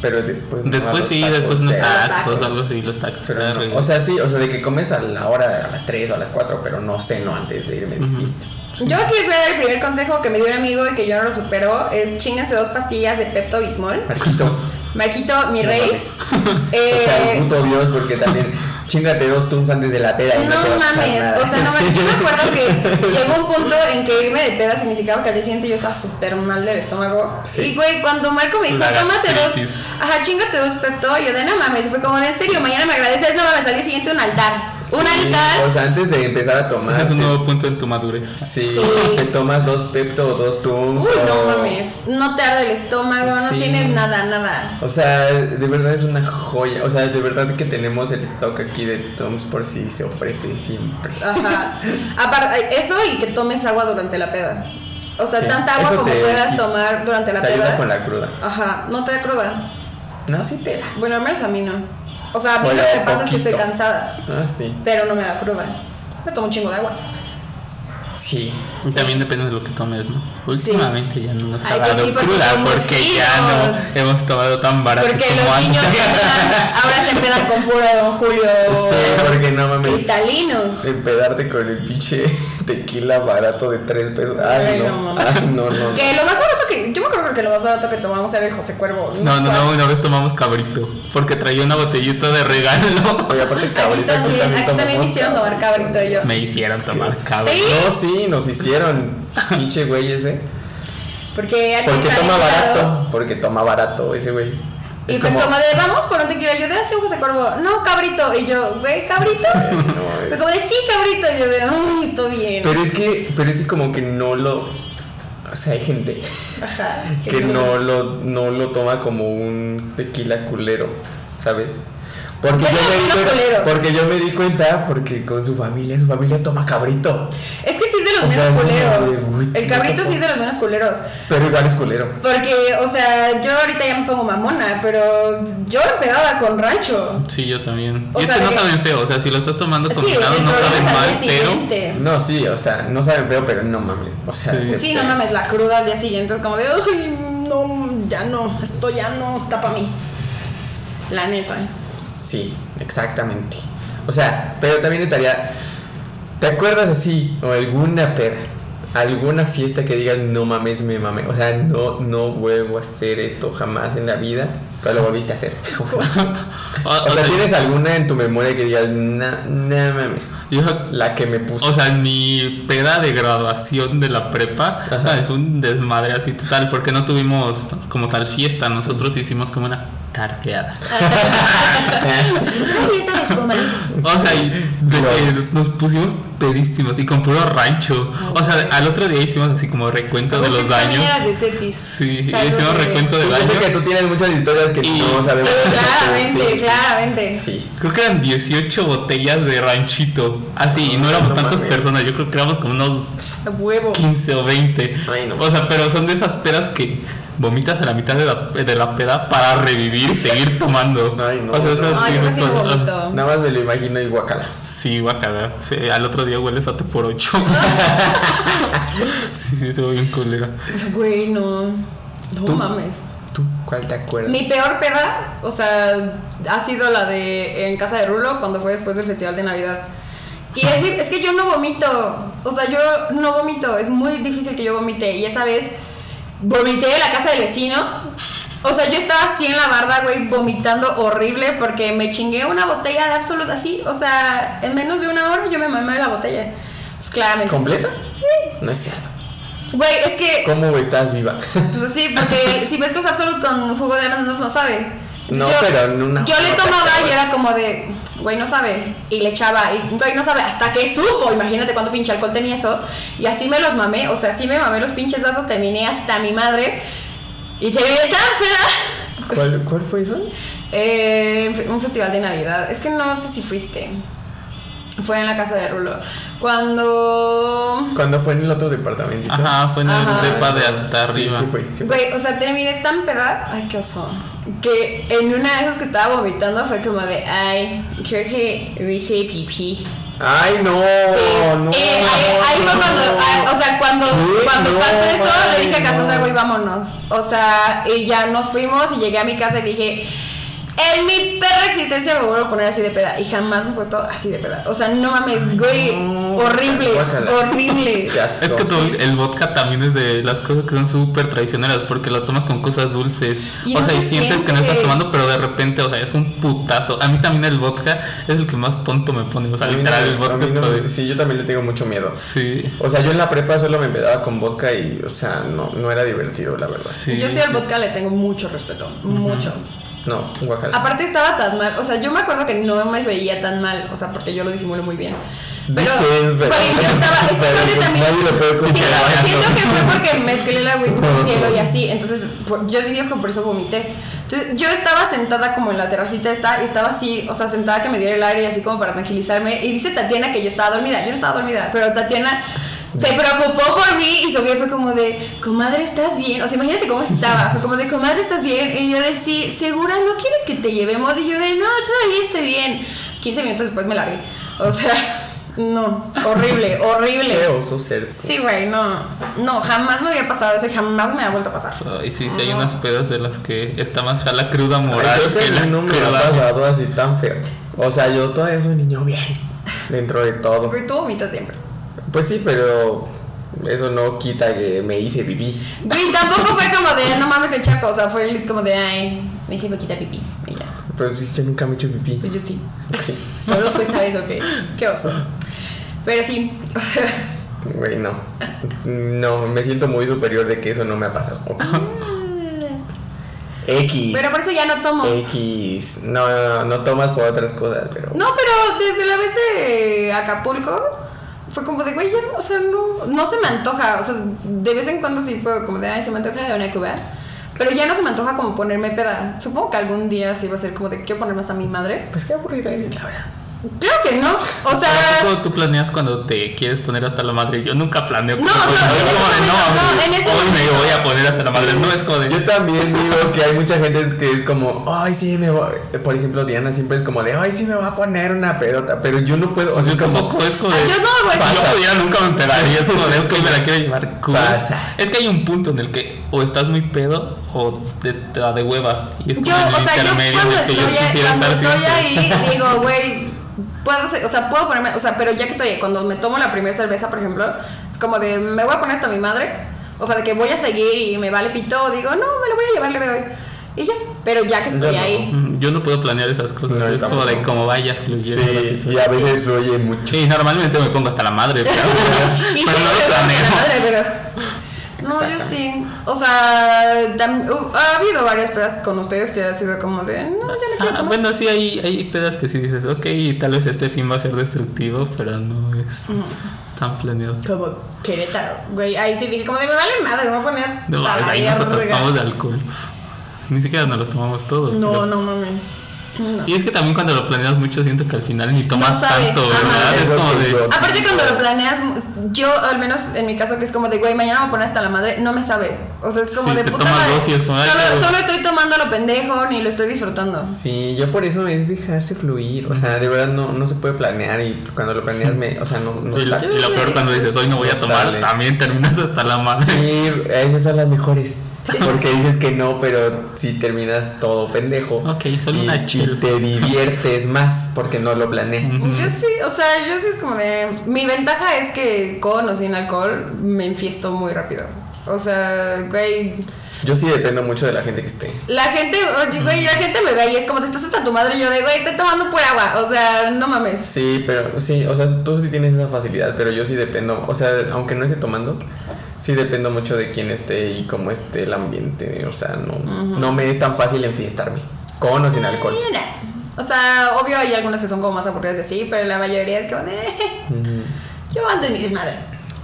B: Pero después. no, Pues a
C: Después
B: los
C: sí,
B: tacos
C: después unos
B: de-
A: Los
C: tacos,
A: tacos.
C: algo así, los tacos.
B: Pero
C: era
B: no,
C: re-
B: O sea, sí, o sea, de que comes a la hora, a las 3 o a las 4, pero no ceno antes de irme de fiesta.
A: Yo aquí les voy a dar el primer consejo que me dio un amigo y que yo no lo supero, es chinganse dos pastillas de Pepto Bismol.
C: *laughs*
B: Marquito.
A: Marquito, mi
B: no
A: rey.
B: mames. *laughs*
A: eh,
B: O sea, el puto Dios, porque
A: *laughs*
B: también chingate dos tums antes de la peda y no, te va
A: no
B: a pasar nada.
A: mames, o sea,
C: *laughs*
B: *laughs*
A: no mames. Yo me acuerdo que llegó un punto en que irme de peda significaba que al día siguiente yo estaba súper mal del estómago.
B: Sí.
A: Y güey, cuando Marco me dijo,
C: La
A: tómate dos,
C: gastritis.
A: ajá, chingate dos Pepto, yo de no mames, fue como de en serio, mañana me agradeces, no mames, al día siguiente un altar. un
B: Sí,
A: altar.
B: O sea, antes de empezar a tomar.
C: es un
B: te-
C: nuevo punto en tu madurez.
B: Sí,
A: Sí.
B: te tomas dos Pepto o dos Tums.
A: Uy, no
B: o-
A: mames. No te arde el estómago, no
B: Sí.
A: tienes nada, nada.
B: O sea, de verdad es una joya. O sea, de verdad que tenemos el stock aquí de Tums por si se ofrece siempre.
A: Ah,
B: *laughs*
A: Ajá. Aparte, eso y que tomes agua durante la peda. O sea,
B: Sí,
A: tanta agua
B: eso
A: como
B: te-
A: puedas tomar durante la
B: te
A: peda.
B: ayuda con la cruda.
A: Ajá, no te da cruda.
B: No, sí te da.
A: Bueno, al menos a mí no. O sea, a mí
B: Bueno,
A: lo que me pasa es que
B: poquito.
A: estoy cansada,
B: Ah, sí.
A: pero no me da cruda. Me tomo un chingo de agua.
B: Sí.
C: Y también depende de lo que tomes, ¿no? Últimamente ya no nos ha
A: Ay, yo
C: dado
A: sí, porque
C: cruda
A: somos
C: porque ya
A: finos.
C: no hemos tomado tan barato
A: Porque
C: como
A: los
C: antes.
A: niños se empedan- ahora se empedan con puro Don Julio
B: Sí, porque no mames.
A: cristalino.
B: Empedarte con el pinche *laughs* tequila barato de tres pesos. Ay,
A: Ay,
B: no.
A: no, mames.
B: Ay, no, no. no.
A: Que lo más barato que. Yo me acuerdo que lo más barato que tomamos era el José Cuervo.
C: *laughs* No, no, no, una vez tomamos cabrito porque traía una botellita de regalo. *laughs*
B: Oye, aparte,
A: Aquí
B: cabrita,
A: también, aquí también me hicieron tomar cabrito yo.
C: Me hicieron tomar
B: ¿Qué?
C: cabrito.
B: No,
A: Sí.
B: sí, nos hicieron. Pinche güey ese.
A: Porque alguien
B: Porque
A: está
B: toma
A: diputado
B: barato. Porque toma barato ese güey.
A: Y
B: Es
A: fue
B: como- *laughs*
A: como de, vamos por un tequila. Yo de así un José Corvo, no, cabrito. Y yo, güey, cabrito.
B: No,
A: Fue
B: es-
A: como de, sí, cabrito. Y yo de, ay, estoy bien.
B: Pero es que, pero es que como que no lo. O sea, hay
A: *laughs*
B: gente
A: Ajá,
B: que no lo, no lo toma como un tequila culero, ¿sabes? Porque yo, me
A: Pero no
B: di
A: es
B: cuenta,
A: culero.
B: porque yo me di cuenta, porque con su familia, su familia toma cabrito,
A: Es que sí es de los
B: O sea,
A: menos
B: no,
A: culeros.
B: güey,
A: El cabrito sí es de los menos culeros.
B: pero igual es culero.
A: Porque, o sea, yo ahorita ya me pongo mamona, pero yo lo pegaba con rancho.
C: Sí, yo también.
A: O
C: y es
A: sea,
C: que no
A: de-
C: saben feo, o sea, si lo estás tomando
A: Sí, el
C: combinado no
A: problema
C: saben
A: es al
C: mal,
A: día
C: pero
A: siguiente.
B: No, sí, o sea, no saben feo, pero no mames. O sea, este,
C: Sí.
B: te-
A: Sí, no mames, la cruda al día siguiente es como de, ay, no, ya no, esto ya no está para mí. La neta.
C: *laughs*
B: Sí, exactamente. O sea, pero también estaría. ¿Te acuerdas así? O alguna peda. alguna fiesta que digas, no mames, me mames. O sea, no, no vuelvo a hacer esto jamás en la vida, pero lo volviste a hacer. *laughs*
C: O,
B: o sea, ¿tienes alguna en tu memoria que digas, no, no mames?
C: yo-
B: La que me puso. *laughs*
C: o sea, mi peda de graduación de la prepa
B: Ajá.
C: es un desmadre así total, porque no tuvimos como tal fiesta,
B: Mm.
C: nosotros hicimos como una
B: *laughs*
C: tardeada. eh,
A: Una fiesta de espuma.
C: O sea, y de que
B: Globos.
C: nos pusimos pedísimos y con puro rancho. O sea, al otro día hicimos así como recuento de
A: Como
C: los
A: si también
C: daños.
A: eras de Cetis.
C: Sí,
A: Salud,
C: hicimos
A: bebé.
C: recuento de
B: Sí, yo sé que
C: daños.
B: tú tienes muchas historias que
C: Y-
B: no sabemos.
A: Sí, claramente,
B: Sí, sí.
A: claramente.
B: Sí.
C: Creo que eran 18 botellas de ranchito. Así, y no
B: Ah,
C: éramos
B: no
C: tantas
B: mames.
C: personas, yo creo que éramos como unos
A: A Huevo.
C: 15 o 20.
B: Ay, no.
C: O sea, pero son de esas peras que vomitas a la mitad de la, de la peda para revivir y seguir tomando.
B: Ay, no,
C: O sea, esas
A: No,
C: sí
A: yo
C: me
A: casi no
C: acuerdo.
A: vomito.
B: Nada más me lo imagino y guacala.
C: Sí, guacala. Sí, al otro día hueles a te
A: *laughs*
C: por ocho. sí, sí, estuvo bien culero.
A: Güey, no. No
B: ¿Tú?
A: mames.
B: ¿Tú cuál te acuerdas?
A: Mi peor peda, o sea, ha sido la de en casa de Rulo cuando fue después del festival de Navidad. Y es, mi- es que yo no vomito, o sea, yo no vomito, es muy difícil que yo vomite. Y esa vez vomité en la casa del vecino. O sea, yo estaba así en la barda, güey, vomitando horrible porque me chingué una botella de absoluta así. O sea, en menos de una hora yo me mamé la botella. Pues claramente.
B: ¿Completa?
A: Sí.
B: No es cierto.
A: Güey, es que
B: ¿Cómo estás viva?
A: pues sí, porque si mezclas Absolut con jugo de arándanos no sabe.
B: No, pero en una-
A: Yo le
B: no te
A: tomaba y
B: acabas.
A: era como de, güey, no sabe. Y le echaba, y güey, no sabe. Hasta que supo, imagínate cuánto pinche alcohol tenía eso. Y así me los mamé, o sea, así me mamé los pinches vasos, terminé hasta mi madre. Y terminé tan peda.
B: ¿Cuál, ¿Cuál fue eso?
A: Eh, un festival de Navidad. Es que no sé si fuiste. Fue en la casa de Rulo. Cuando.
B: Cuando fue en el otro departamentito.
C: Ajá, fue en el
A: Ajá.
C: depa de
B: Sí,
C: hasta arriba.
B: Sí, fue, sí fue.
A: Güey, o sea, terminé tan peda, ay, qué oso, que en una de esas que estaba vomitando fue como de, ay, creo que hice pipí.
B: Ay, no, Oh, no.
A: Eh, ahí, ahí fue cuando,
B: no.
A: ah, o sea, cuando,
B: ¿Qué?
A: cuando
B: No,
A: pasó eso, le dije a
B: ay,
A: Cassandra,
B: no.
A: güey, vámonos. O sea, y ya nos fuimos y llegué a mi casa y dije, en mi perra existencia me vuelvo a poner así de peda. Y jamás me he puesto así de peda. O sea, no mames, güey,
B: no,
A: horrible,
B: guácala. *laughs*
A: horrible.
B: Qué asco.
C: Es que todo el el vodka también es de las cosas que son súper traicioneras porque lo tomas con cosas dulces.
A: Y
C: o
A: no
C: sea, y
A: se
C: sientes que no
A: siente.
C: estás tomando, pero de repente, o sea, es un putazo. A mí también el vodka es el que más tonto me pone. O sea,
B: A mí
C: literal,
B: no-
C: el vodka
B: a mí
C: es
B: no-
C: como de-
B: Sí, yo también le tengo mucho miedo.
C: Sí,
B: O sea, yo en la prepa solo me empedaba con vodka y, o sea, no, no era divertido, la verdad.
C: sí.
A: Yo sí al vodka le tengo mucho respeto, mucho.
B: No, guacala.
A: Aparte estaba tan mal, o sea, yo me acuerdo que no me veía tan mal, o sea, porque yo lo disimulé muy bien. Pero,
B: Dices,
A: güey,
B: pero-
A: yo estaba, es que
B: pero
A: aparte también,
B: nadie lo puede
A: siento-
B: considerar.
A: siento, que fue porque mezclé la agua con el cielo y así, entonces por- yo digo que por eso vomité. Entonces, yo estaba sentada como en la terracita esta, y estaba así, o sea, sentada que me diera el aire y así como para tranquilizarme, y dice Tatiana que yo estaba dormida, yo no estaba dormida, pero Tatiana... Se preocupó por mí y subió y fue como de, comadre, ¿estás bien? O sea, imagínate cómo estaba. Fue como de, comadre, ¿estás bien? Y yo de, sí, ¿segura? ¿No quieres que te llevemos? Y yo de, no, todavía estoy bien. 15 minutos después me largué. O sea, *laughs* no, horrible,
B: Qué
A: horrible.
B: oso ser.
A: Sí, güey, no. No, jamás me había pasado eso y jamás me ha vuelto a pasar.
C: Y sí, sí, hay unas pedas de las que está más fea la cruda moral
B: Creo que
C: que
B: a
C: la
B: mí no me ha
C: cruda-
B: pasado así tan feo. O sea, yo todavía soy un niño bien. Dentro de todo.
A: Porque tú vomitas siempre.
B: Pues sí, pero eso no quita que me hice pipí.
A: Güey, tampoco fue como de, no mames, el chaco. O sea, fue como de, ay, me hice poquita pipí. Y ya.
B: Pero sí, yo nunca me he hecho pipí.
A: Pues yo sí.
B: *laughs*
A: Solo fue esa vez, ok. Qué oso. Pero sí, *laughs* o sea.
B: Güey, no. No, me siento muy superior de que eso no me ha
A: *laughs*
B: pasado. X.
A: Pero por eso ya no tomo.
B: Eh. X. No, no, no, no tomas por otras cosas, pero.
A: No, pero desde la vez de Acapulco fue como de, güey, ya no, o sea, no, no se me antoja. O sea, de vez en cuando sí fue como de, ay, se me antoja de una cuba. Pero ya no se me antoja como ponerme peda. Supongo que algún día sí va a ser como de, quiero poner más a mi madre.
B: Pues qué aburrida eres, la verdad.
A: Claro que no. O sea,
C: Tampoco tú planeas cuando te quieres poner hasta la madre. Yo nunca planeo.
A: No,
C: cosas,
A: o sea,
C: ¿no?
A: en
C: Es
A: ese momento, no, en ese
C: como de, así, Hoy me
A: momento.
C: voy a poner hasta la madre. No es como de.
B: Yo también digo que hay mucha gente que es como, ay, sí, me voy. Por ejemplo, Diana siempre es como de, ay, sí, me voy a poner una pedota. Pero yo no puedo. O sea,
C: Yo
B: es como. *laughs*
C: tampoco es como de.
A: Ah, yo no hago eso.
C: Si yo
B: Pasa.
C: pudiera, nunca me enteraría. Es como de,
B: Sí,
C: es que me la quiero llevar. cool.
B: Pasa.
C: Es que hay un punto en el que o estás muy pedo o te te da de hueva. Y es como
A: yo,
C: en el
A: o sea, yo
C: intermedio en
A: cuando
C: el que
A: estoy,
C: yo
A: ahí-
C: quisiera
A: cuando
C: estar
A: estoy
C: siempre.
A: ahí, digo, güey, puedo, ser- o sea, puedo ponerme, o sea, pero ya que estoy ahí, cuando me tomo la primera cerveza, por ejemplo, como de me voy a poner hasta mi madre, o sea, de que voy a seguir y me vale pito, digo, no, me lo voy a llevar, le doy. Y ya, pero ya que
B: Yo
A: estoy
B: no.
A: *laughs* ahí,
C: *laughs* Mm, Yo no puedo planear esas cosas.
B: No, yo
C: es como
B: tampoco.
C: de cómo vaya fluyendo. la
B: Sí,
C: situación.
B: y a veces fluye mucho.
C: Sí, normalmente me pongo hasta la madre,
A: *laughs*
C: pero,
A: y sí,
C: *laughs* pero no
A: me
C: lo
A: voy a la
C: planeo.
A: madre, pero.
C: *laughs*
A: No, yo sí. O sea, tam- uh, ha habido varias pedas con ustedes que ha sido como de, no, yo no quiero
C: *laughs* Ah,
A: tomar.
C: bueno, sí, hay, hay pedas que sí dices, ok, tal vez este fin va a ser destructivo, pero no es
A: Mm.
C: tan planeado.
A: Como Querétaro, güey. Ahí sí dije, como de me vale madre, me voy a poner.
C: No,
A: a
C: mames,
A: la
C: ahí nos
A: verga".
C: atascamos de alcohol. Ni siquiera nos los tomamos todos. pero-
A: No, no mames. No.
C: Y es que también cuando lo planeas mucho siento que al final ni tomas
A: sabes, ah,
C: tanto,
A: ajá.
C: ¿verdad?
B: Es
C: Es
B: lo
C: como
B: que yo-
C: de...
A: Aparte cuando lo planeas, yo al menos en mi caso que es como de, güey, mañana me voy a poner hasta la madre, no me sabe. O sea, es como
C: Sí,
A: de
C: te
A: puta
C: tomas
A: madre.
C: dos y es como, ay,
A: solo,
C: claro.
A: solo estoy tomando lo pendejo, ni lo estoy disfrutando.
B: Sí, yo por eso es dejarse fluir. O sea, de verdad no, no se puede planear y cuando lo planeas, me, o sea, no, no
C: Y, la-
B: sale.
C: y lo peor cuando dices, hoy no voy a
B: No
C: tomar,
B: sale.
C: también terminas hasta la madre.
B: Sí, esas son las mejores. Porque dices que no, pero si terminas todo pendejo.
C: Ok, solo
B: y,
C: una
B: y
C: chela.
B: te diviertes más porque no lo planeas.
C: Ujú.
A: Yo sí, o sea, yo sí es como de... Mi ventaja es que con o sin alcohol me enfiesto muy rápido. O sea, güey,
B: Yo sí dependo mucho de la gente que esté.
A: la gente, oye, güey, la gente me ve y es como, te estás hasta tu madre, y yo de, güey, estoy tomando pura agua, o sea, no mames.
B: Sí, pero sí, o sea, tú sí tienes esa facilidad, pero yo sí dependo, o sea, aunque no esté tomando, sí dependo mucho de quién esté y cómo esté el ambiente, o sea, no, no me es tan fácil enfiestarme, con o sin alcohol.
A: Mira. O sea, obvio hay algunas que son como más aburridas y así, pero la mayoría es como de...
B: Ujú.
A: Yo ando en mi desmadre.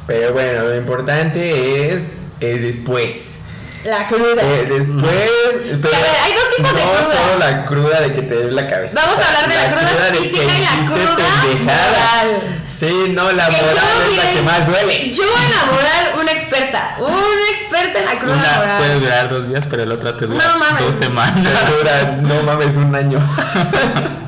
B: Pero bueno, lo importante es el después.
A: La cruda.
B: Eh, después, pero
A: A ver, hay dos tipos
B: no
A: de cruda.
B: solo la cruda de que te duele la cabeza.
A: Vamos a hablar de la cruda física y la
B: hiciste
A: cruda moral.
B: Sí, no, la
A: Que yo,
B: moral es la
A: miren,
B: que más
A: *laughs*
B: duele.
A: Yo en la moral, una experta. Una experta en la cruda
C: Una puede
A: moral.
C: durar dos días, pero la otra te dura
A: No mames.
C: dos semanas. *laughs*
B: Te *laughs* dura, no mames, un año.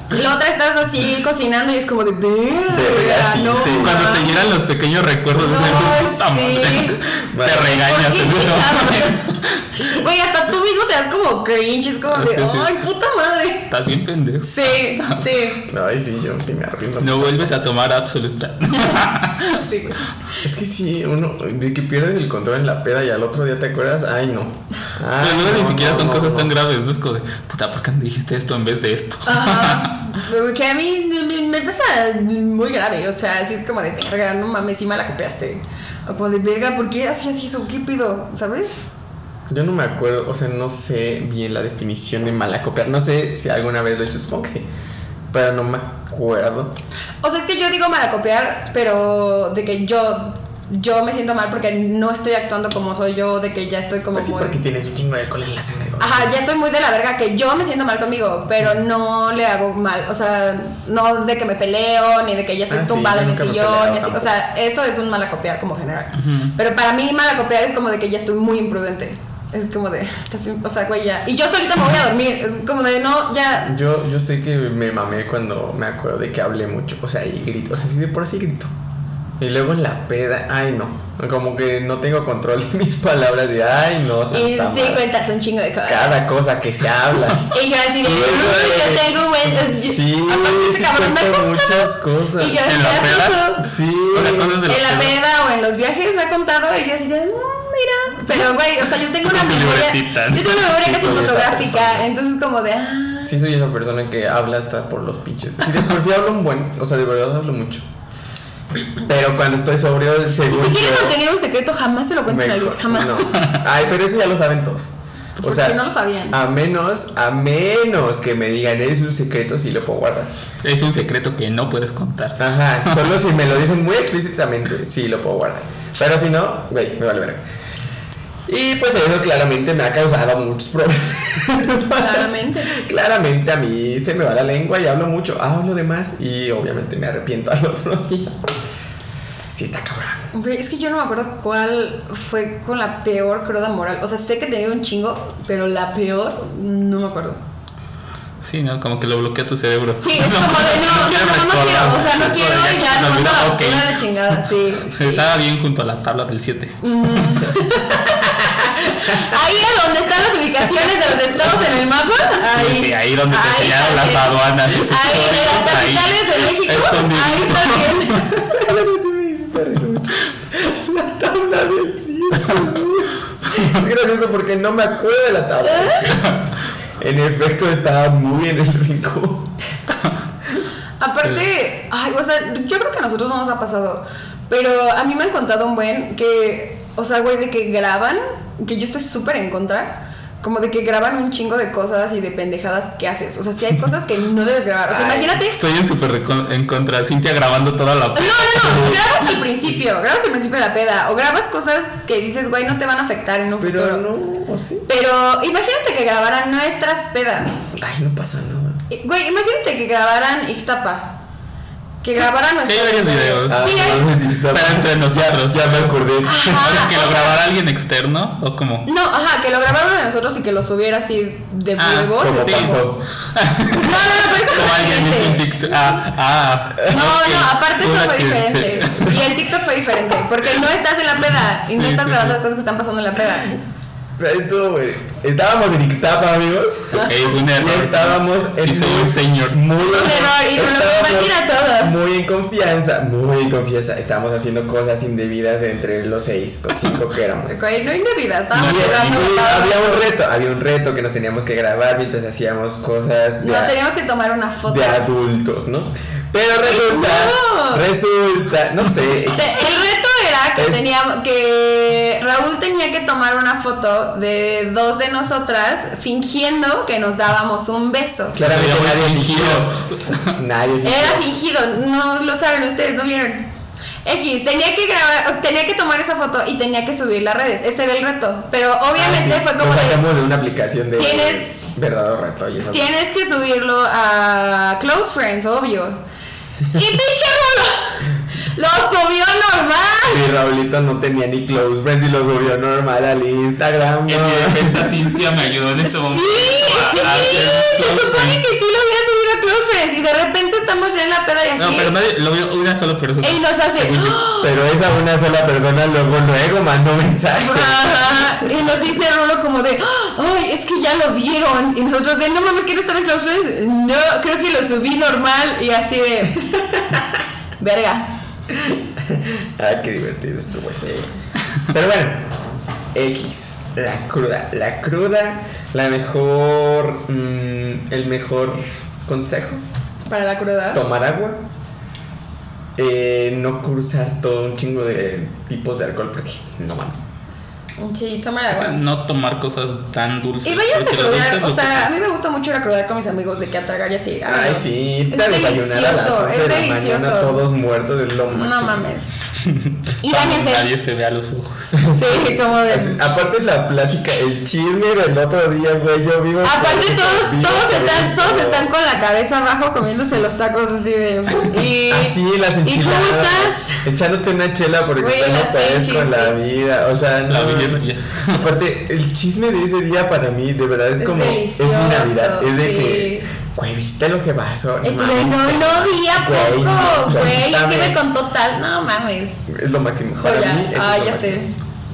C: pues,
A: La otra estás así cocinando y es como de verga.
B: Verga, sí,
A: no,
B: sí.
C: Cuando te llegan los pequeños recuerdos, es
A: Ay,
C: tu puta madre.
A: sí.
C: Te
B: ¿Por
C: regañas. en ese momento. *laughs*
A: ¿Por qué chingados? *laughs* Güey, hasta tú mismo te das como cringe. Es como de,
C: Sí, sí.
A: ay, puta madre.
C: Estás bien pendejo.
A: Sí, sí,
B: Ay, sí, yo sí me arrepiento.
C: No
B: mucho.
C: vuelves a tomar absoluta.
A: sí.
B: Es que sí, uno, de que pierdes el control en la peda y al otro día te acuerdas, ay no. Ay, Pues,
C: Pero luego
B: no,
C: Ah, ni siquiera
B: no,
C: son
B: no,
C: cosas
B: no.
C: tan graves, ¿no? Es como de, puta, ¿por qué no dijiste esto en vez de esto?
A: Ah. Ajá. Que a mí me- me pasa muy grave, o sea, así es como de verga, no mames, si me la copiaste. O como de verga, ¿por qué hacías eso? ¿Qué pido? ¿Sabes?
B: Yo no me acuerdo, o sea, no sé bien la definición de mala copiar. No sé si alguna vez lo he hecho, supongo que sí. Pero no me acuerdo.
A: O sea, es que yo digo mala copiar, pero de que yo yo me siento mal porque no estoy actuando como soy yo, de que ya estoy como
B: Pues sí,
A: muy-
B: porque tienes un chingo de alcohol en la sangre. güey.
A: Ajá, ya estoy muy de la verga que yo me siento mal conmigo, pero no le hago mal. O sea, no de que me peleo, ni de que ya estoy
B: Ah, sí,
A: tumbada
B: yo
A: en el
B: nunca me he
A: sillón,
B: peleado
A: ni así. O sea, eso es un mal acopiar como general.
C: Ujú.
A: Pero para mí mal acopiar es como de que ya estoy muy imprudente. Es como de, estás bien- o sea, güey, ya. Y yo solita me voy a dormir. Es como de, no, ya.
B: Yo, yo sé que me mamé cuando me acuerdo de que hablé mucho. O sea, y grito. O sea, sí de por sí grito. Y luego en la peda, ay no. Como que no tengo control de *laughs* mis palabras. Y ay no, santa
A: Y sí,
B: madre.
A: cuentas un chingo de cosas.
B: Cada cosa que se
A: *laughs*
B: habla.
A: Y yo así, de,
B: Sí,
A: "Uy, yo tengo buen.
B: Sí,
A: Aparte, ese
B: sí
A: cabrón me
B: cuento
A: cuenta.
B: muchas cosas.
A: *laughs* Y yo así,
C: ¿En la
A: "Ah,
C: peda?
A: tú".
B: Sí.
C: O sea, cosas de
A: En la
C: la peda.
A: peda o en los viajes me ha contado y yo así de, no, mira. Pero, güey, o sea, yo tengo
C: Con
A: una
C: tu
A: memoria.
C: libretita,
A: Yo
C: ¿no?
A: tengo una memoria
B: Sí,
A: casi
B: soy esa persona.
A: fotográfica, entonces como de, ah.
B: Sí, soy esa persona que habla hasta por los pinches. Sí, de por sí hablo un buen, o sea, de verdad hablo mucho. Pero cuando estoy sobrio,
A: Si
B: según
A: se quiere
B: yo,
A: mantener un secreto, jamás se lo cuenten
B: me
A: a Luis,
B: co-
A: jamás.
B: no. Ay, pero eso ya lo saben todos. O
A: Porque
B: sea,
A: no lo sabían.
B: a menos, a menos que me digan es un secreto, sí lo puedo guardar.
C: Es un secreto que no puedes contar.
B: Ajá, solo si me lo dicen muy explícitamente, sí lo puedo guardar. Pero si no, güey, me vale verga. Y pues eso claramente me ha causado muchos problemas.
A: *laughs* Claramente.
B: Claramente a mí se me va la lengua y hablo mucho, Ah, hablo de más y obviamente me arrepiento a los otros días. Sí, está cabrón. *laughs*
A: Güey, es que yo no me acuerdo cuál fue con la peor cruda moral. O sea, sé que tenía un chingo, pero la peor, no me acuerdo.
C: Sí, ¿no? Como que lo bloquea tu cerebro.
A: Sí,
C: *laughs*
A: es como de no, no,
C: quiero
A: no, no, quiero. O sea, no
C: *laughs* recordar.
A: quiero y ya,
C: Se
A: no mando la
C: olvidó,
A: basura a
C: ok.
A: la chingada, sí. sí.
C: *laughs* Estaba bien junto a la tabla del 7.
A: Ahí es donde están las ubicaciones de los estados en el mapa. Ahí,
C: Sí, sí, ahí donde te enseñaron
A: está
C: las
A: bien.
C: aduanas. y ese
A: Ahí, en
C: código,
A: las capitales de México.
C: Escondido.
A: Ahí está bien.
B: Ahora sí me hiciste reír mucho. La tabla del cielo. Es gracioso porque no me acuerdo de la tabla. del cielo. En efecto, estaba muy en el rincón.
C: Eh.
A: Aparte, ay, o sea, yo creo que a nosotros no nos ha pasado. Pero a mí me han contado un buen que, o sea, güey, de que graban, que yo estoy súper en contra, como de que graban un chingo de cosas y de pendejadas que haces. O sea,
C: *laughs*
A: sí hay cosas que no debes grabar. O sea,
B: Ay,
A: imagínate.
C: Estoy en súper recon- en contra. Cintia grabando toda la. *laughs*
A: No, no, no, grabas al principio, grabas al principio de la peda, o grabas cosas que dices, güey, no te van a afectar en un
B: Pero
A: futuro.
B: no, sí.
A: Pero imagínate que grabaran nuestras pedas.
B: Ay, no pasa nada.
A: Eh, Güey, imagínate que grabaran Ixtapa. Que grabaran
C: Sí, hay
A: nuestras-
C: varios videos.
B: Ah,
A: Sí, hay- Ah,
B: no, no, sí, está-
C: Pero entre nosotros.
B: Ya me acordé.
A: Ajá,
C: *laughs* que
A: o
C: lo
A: sea-
C: grabara alguien externo o como. *laughs*
A: No, ajá, que lo grabaron a nosotros y que lo subiera así de
C: Ah,
A: huevos.
B: Como
A: así.
B: pasó.
A: No, no, no, pero eso
C: Como
A: fue
C: alguien hizo un
A: diferente.
C: TikTok. Ah, ah.
A: No, no,
C: ok.
A: aparte
C: Un
A: eso fue
C: accidente.
A: diferente. Y el TikTok fue diferente, porque no estás en la peda y no
C: Sí,
A: estás
C: sí,
A: grabando
C: sí.
A: las cosas que están pasando en la peda.
B: Pero estuvo bueno. Estábamos en Ixtapa, amigos.
C: Ok, un error.
B: *laughs* Y estábamos en
C: Sí, soy un señor.
B: Muy,
A: error y nos lo
B: estábamos
A: compartieron a todos.
B: Muy en confianza, muy en confianza. Estábamos haciendo cosas indebidas entre los seis o cinco que éramos.
A: *laughs* Güey, no hay vida, estábamos
B: Y- y
A: jugando.
B: había un reto, había un reto que nos teníamos que grabar mientras hacíamos cosas de,
A: No, teníamos que tomar una foto.
B: de adultos, ¿no? Pero resulta,
A: No.
B: resulta, no sé,
A: Te- El reto era que
B: Es-
A: teníamos que Raúl tenía que tomar una foto de dos de nosotras fingiendo que nos dábamos un beso.
B: claramente
C: Había
B: nadie
C: fingido.
B: fingió. Nadie fingió.
A: Era fingido, no lo saben ustedes, no vieron. X, tenía que grabar, o sea, tenía que tomar esa foto y tenía que subirla a redes. Ese era el reto. Pero obviamente
B: Ah, sí,
A: fue como
B: Nos
A: de.
B: sacamos de una aplicación de
A: Tienes-
B: verdadero reto y esas
A: Tienes que subirlo a Close Friends,
C: *laughs*
A: obvio. Y pinche Rulo lo subió normal.
B: Mi Raulito no tenía ni close friends y lo subió normal al Instagram.
C: En
B: ¿no?
C: mi defensa, Cintia me ayudó en ese
A: Sí,
C: momento.
A: sí,
C: a hacer
A: se
C: close
A: supone
C: friends.
A: que sí lo había subido a Close Friends y de repente estamos ya en la peda y así.
C: No, pero nadie lo vio una sola persona.
A: y nos hace. ¡Ah!
C: Según yo.
B: Pero esa una sola persona luego luego
C: *laughs*
B: mandó mensaje.
A: Ajá. Y nos dice Rulo como de, ay, es que ya lo vieron. Y nosotros de, no mames, que no estaba en Close Friends. No, creo que lo subí normal y así de, *laughs* verga.
B: Ah, qué divertido estuvo este. Pero bueno, X, la cruda, la cruda, la mejor, mm, el mejor consejo,
A: Para la cruda.
B: tomar agua. Eh, no cruzar todo un chingo de tipos de alcohol porque no mames.
A: Sí, toma
C: O sea,
A: agua.
C: no tomar cosas tan dulces.
A: Y vayas a
C: porque lo dulce
A: crudar, o
C: lo-
A: sea, a mí me gusta mucho ir a crudar con mis amigos de que a tragar y así. Ah,
B: Ay,
A: no.
B: sí,
A: Es
B: te desayunar a las
A: delicioso,
B: 11 de
A: es
B: la mañana
A: delicioso.
B: todos muertos es lo máximo. *laughs*
A: No mames. Y
C: cuando
A: bañense.
C: Nadie se ve a los ojos.
A: Sí, como
B: Así,
A: de.
B: Aparte la plática, el chisme del otro día, güey, yo vivo.
A: Aparte
B: vivo-
A: todos,
B: vivo-
A: todos están,
B: vivo-
A: todos están con la cabeza abajo comiéndose los tacos así de. Y,
B: Así Ah, las
A: ¿Y
B: enchiladas.
A: cómo estás?
B: Echándote una chela porque
A: Güey,
B: ya no
A: las
B: puedes
A: enchis,
B: con la
A: sí.
B: vida. O sea, no.
C: La billetera.
B: Aparte, el chisme de ese día para mí, de verdad, es,
A: Es
B: como. es
A: delicioso,
B: mi Navidad. Es de
A: sí.
B: que. Güey, ¿viste lo que pasó? No
A: Y tú de,
B: mames,
A: no, no vi a
B: güey,
A: poco, güey. Es que
B: cuéntame".
A: me contó tal. No mames.
B: Es lo máximo. Para
A: Joya.
B: mí, eso
A: Ah,
B: es lo
A: ya
B: máximo.
A: sé.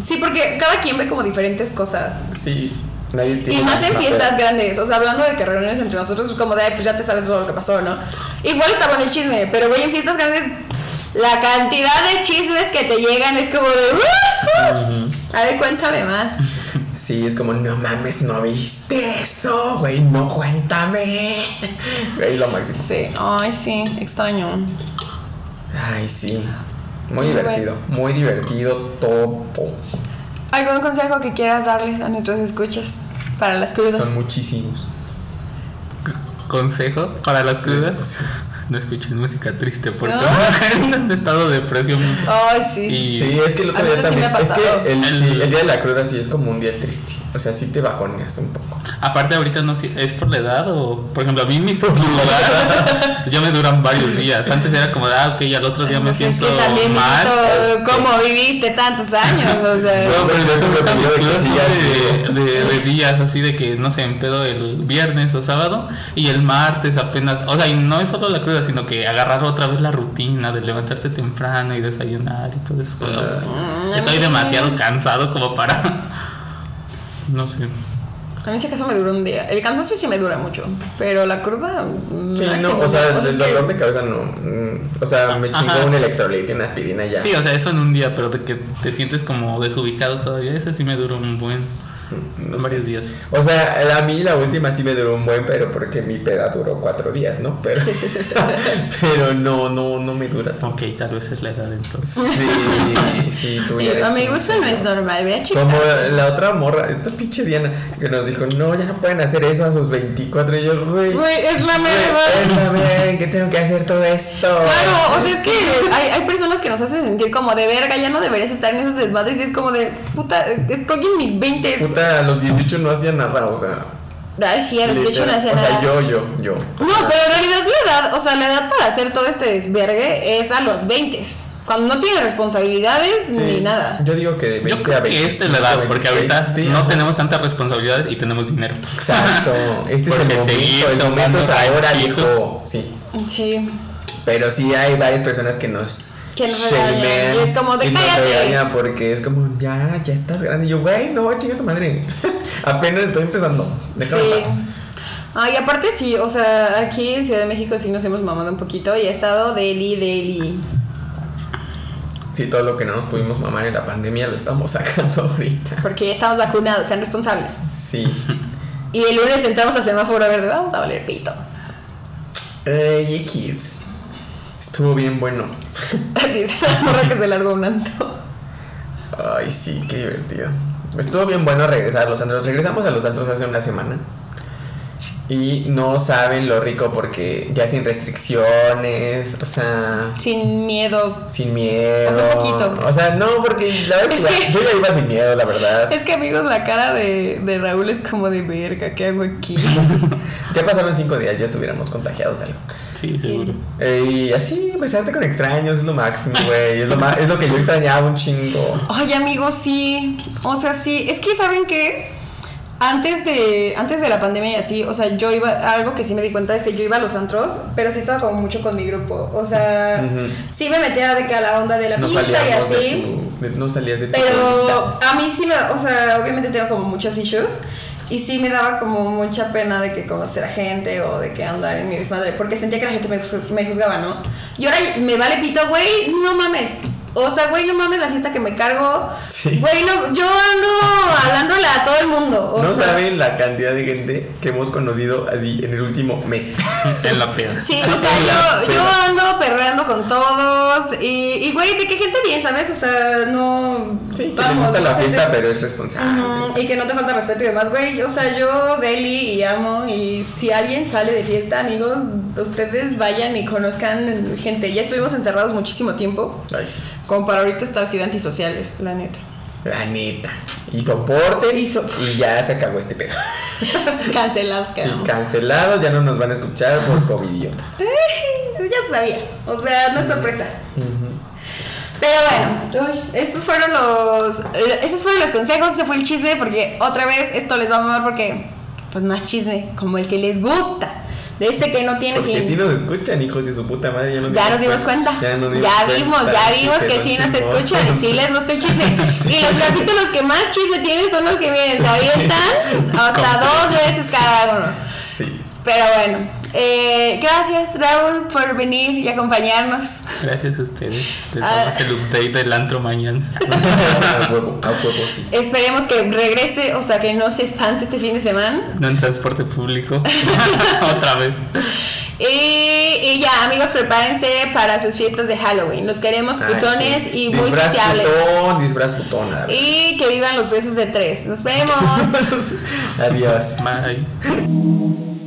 A: Sí, porque cada quien ve como diferentes cosas.
B: Sí, nadie tiene.
A: Y más
B: la
A: en
B: misma
A: fiestas
B: peda.
A: grandes. O sea, hablando de que reuniones entre nosotros es como de, "Ay, pues ya te sabes todo lo que pasó, ¿no? Igual está bueno el chisme, pero güey, en fiestas grandes, la cantidad de chismes que te llegan es como de. "Uh, uh". A ver, cuéntame más.
B: Sí, es como, no mames, no viste eso, güey, no cuéntame. *laughs* Güey, lo máximo.
A: Sí, ay, sí, extraño.
B: Ay, sí. Muy
A: Muy
B: divertido, muy divertido todo.
A: ¿Algún consejo que quieras darles a nuestros escuchas para las crudas?
B: Son muchísimos.
C: Consejo para las
B: Sí,
C: crudas.
B: sí.
C: No escuchen música triste porque
A: No.
C: van a caer *laughs* en un estado de depresión.
A: Ay, sí.
C: Y
B: Sí, es que el
A: A
B: otro
A: mí
B: día
A: eso sí
B: también.
A: me ha
B: es
A: pasado.
B: que el,
C: El-
B: sí, el día de la cruda sí es como un día triste. O sea, sí te bajoneas un poco.
C: aparte ahorita no sé, es por la edad o por ejemplo a mí mis
A: *laughs*
C: crudas ya me duran varios días. Antes era como de, ah, ok, y al otro día me
A: Pues
C: siento
A: es que también
C: mal.
B: este.
A: Benito, cómo viviste tantos años, o sea.
C: No, pero
B: Yo
C: yo
B: tengo
C: tengo
B: entendido de que sí, ya
C: de, de, de días así de que no sé, pedo el viernes o sábado y el martes apenas, o sea, y no es solo la cruda, sino que agarrar otra vez la rutina de levantarte temprano y desayunar y todo eso.
B: Ah.
C: *laughs* Estoy demasiado cansado como para no sé.
A: A mí si acaso me dura un día. El cansancio sí me dura mucho, pero la cruda... mm,
B: Sí, no,
A: máximo
B: o sea,
A: dos.
B: el
A: es que-
B: dolor de cabeza no. mm, O sea, me
C: Ah, Ajá.
B: chingó un electrolito y una aspirina y ya.
C: Sí, o sea, eso en un día, pero de que te sientes como desubicado todavía, eso sí me duró un buen.
B: no
C: varios días.
B: O sea, la- a mí la última sí me duró un buen, pero porque mi peda duró cuatro días, ¿no?
A: *laughs*
B: Pero, pero no, no, no me dura.
C: Ok, tal vez es la edad entonces.
B: Sí, sí, tú ya
A: Yo-
B: eres
A: Amigo,
B: un
A: eso no es normal, vea chica.
B: Como la otra morra, esta pinche Diana, que nos dijo, no, ya no pueden hacer eso a sus 24. Y yo,
C: Eh.
B: güey, güey,
A: Güey, es la mierda.
B: espérame, ¿qué tengo que hacer todo esto?
A: Claro, o sea, es que hay, hay personas que nos hacen sentir como de verga, ya no deberías estar en esos desmadres y es como de puta, estoy en mis 20.
B: Puta, a los 18 no hacía nada, o sea.
A: Ay, sí, a los 18 no
B: literal.
A: hacía
B: O sea,
A: nada.
B: yo, yo, yo.
A: No, pero en realidad la edad, o sea, la edad para hacer todo este desvergue es a los 20. Cuando no tienes responsabilidades ni
B: Sí,
A: nada.
B: Yo digo que de 20
C: Yo
B: a
C: creo que
B: 25,
C: esta es la edad, porque
B: 26,
C: ahorita
B: sí,
C: no
B: ajá.
C: tenemos tanta responsabilidad y tenemos dinero.
B: Exacto, este es el
C: Porque seguir
B: momento, el momento
C: tomando
B: es ahora,
C: tranquilo.
B: viejo. Sí,
A: Sí.
B: pero sí hay varias personas que nos
A: Que nos
B: shamean
A: regañan, y es como de
B: y nos
A: cállate.
B: regañan porque es como, ya, ya estás grande. Y yo, güey, no, chinga tu madre. *laughs* Apenas estoy empezando. Déjame en
A: sí.
B: paz.
A: Ay, aparte sí, o sea, aquí en Ciudad de México sí nos hemos mamado un poquito y ha estado deli, deli.
B: Sí, todo lo que no nos pudimos mamar en la pandemia lo estamos *laughs* sacando ahorita.
A: Porque ya estamos vacunados, sean responsables.
C: *laughs*
B: Sí.
A: Y el lunes entramos a semáforo verde, vamos a valer pito. *laughs*
B: Ey, Eh, X. Estuvo bien bueno.
A: Dice la morra que se largó un anto.
B: Ay, sí, qué divertido. Estuvo bien bueno regresar a los antros. Regresamos a los antros hace una semana. Y no saben lo rico porque ya sin restricciones, o sea,
A: Sin miedo.
B: sin miedo.
A: O sea, un poquito.
B: O sea, no, porque la verdad es que
A: Es
B: ya-
A: que-
B: yo ya iba sin miedo, la verdad.
A: Es que amigos, la cara de, de Raúl es como de verga, ¿qué hago aquí?
B: Ya pasaron cinco días, ya estuviéramos contagiados de algo.
C: Sí, seguro.
B: Eh, Y así, besarte con extraños es lo máximo, güey. Es, lo ma- es lo que yo extrañaba un
A: *laughs*
B: chingo.
A: Ay, amigos, sí. O sea, sí. Es que saben que antes de, antes de la pandemia y así, o sea, yo iba, algo que sí me di cuenta es que yo iba a los antros, pero sí estaba como mucho con mi grupo. O sea,
B: Ujú.
A: sí me metía de que a la onda de la
B: No
A: pista y
B: salíamos
A: así.
B: de tu- de- no salías de tu bolita.
A: Pero a mí sí me, o sea, obviamente tengo como muchos issues y sí me daba como mucha pena de que conocer a gente o de que andar en mi desmadre, porque sentía que la gente me, juz- me juzgaba, ¿no? Y ahora me vale pito, güey, no mames. O sea, güey, no mames la fiesta que me cargo.
B: Sí.
A: Güey, no, yo ando hablándole a todo el mundo. o
B: No
A: sea,
B: saben la cantidad de gente que hemos conocido así en el último
A: *laughs*
B: mes.
C: En la peda.
A: Sí, o sea, yo, yo ando perreando con todos y, y, güey, de qué gente bien, ¿sabes? O sea, no...
B: Sí, que le
A: vamos,
B: gusta
A: ¿no?
B: la
A: Gente-
B: fiesta, pero es responsable.
A: Ujú, Y que no te falta respeto y demás, güey. O sea, yo deli y amo. Y si alguien sale de fiesta, amigos, ustedes vayan y conozcan gente. Ya estuvimos encerrados muchísimo tiempo.
B: Ay, sí.
A: Como para ahorita estar así de antisociales, la neta.
B: La neta. Y soporte.
A: Y
B: Y, *laughs*
A: so-
B: ya se acabó este pedo.
A: Cancelados
B: Y
A: quedamos.
B: cancelados, ya no nos van a escuchar por
A: *laughs*
B: covidiotas.
A: Ay, ya sabía. O sea, no es sorpresa.
C: eh.
A: Pero bueno, estos fueron los. eh, Esos fueron los consejos, ese fue el chisme, porque otra vez esto les va a mamar porque. Pues más chisme, como el que les gusta. De este que no tiene
B: Porque
A: fin.
B: si nos escuchan, hijos de su puta madre, ya nos
A: Ya nos dimos cuenta. Ya,
B: Ya nos dimos cuenta.
A: vimos, ya vimos que
B: son
A: sí nos
B: chismosos.
A: escuchan y sí les gusta el chisme. Y los capítulos que más chisme tienen son los que vienen, se avientan hasta dos veces cada uno.
B: *laughs*
A: *laughs*
B: Sí.
A: Pero bueno, eh, gracias Raúl por venir y acompañarnos.
C: Gracias a ustedes. Les
A: Ah.
C: damos el update del antro mañana.
B: a huevo, a huevo sí.
A: Esperemos que regrese, o sea, que no se espante este fin de semana.
C: No en transporte público. *laughs* Otra vez.
A: Y, y ya, amigos, prepárense para sus fiestas de Halloween. Los queremos
B: Ay,
A: putones
B: sí.
A: y muy
B: disfraz
A: sociables.
B: Putón, disfraz putón, a ver.
A: Y
B: *laughs*
A: que vivan los besos de tres. Nos vemos.
B: Adiós.
C: Bye.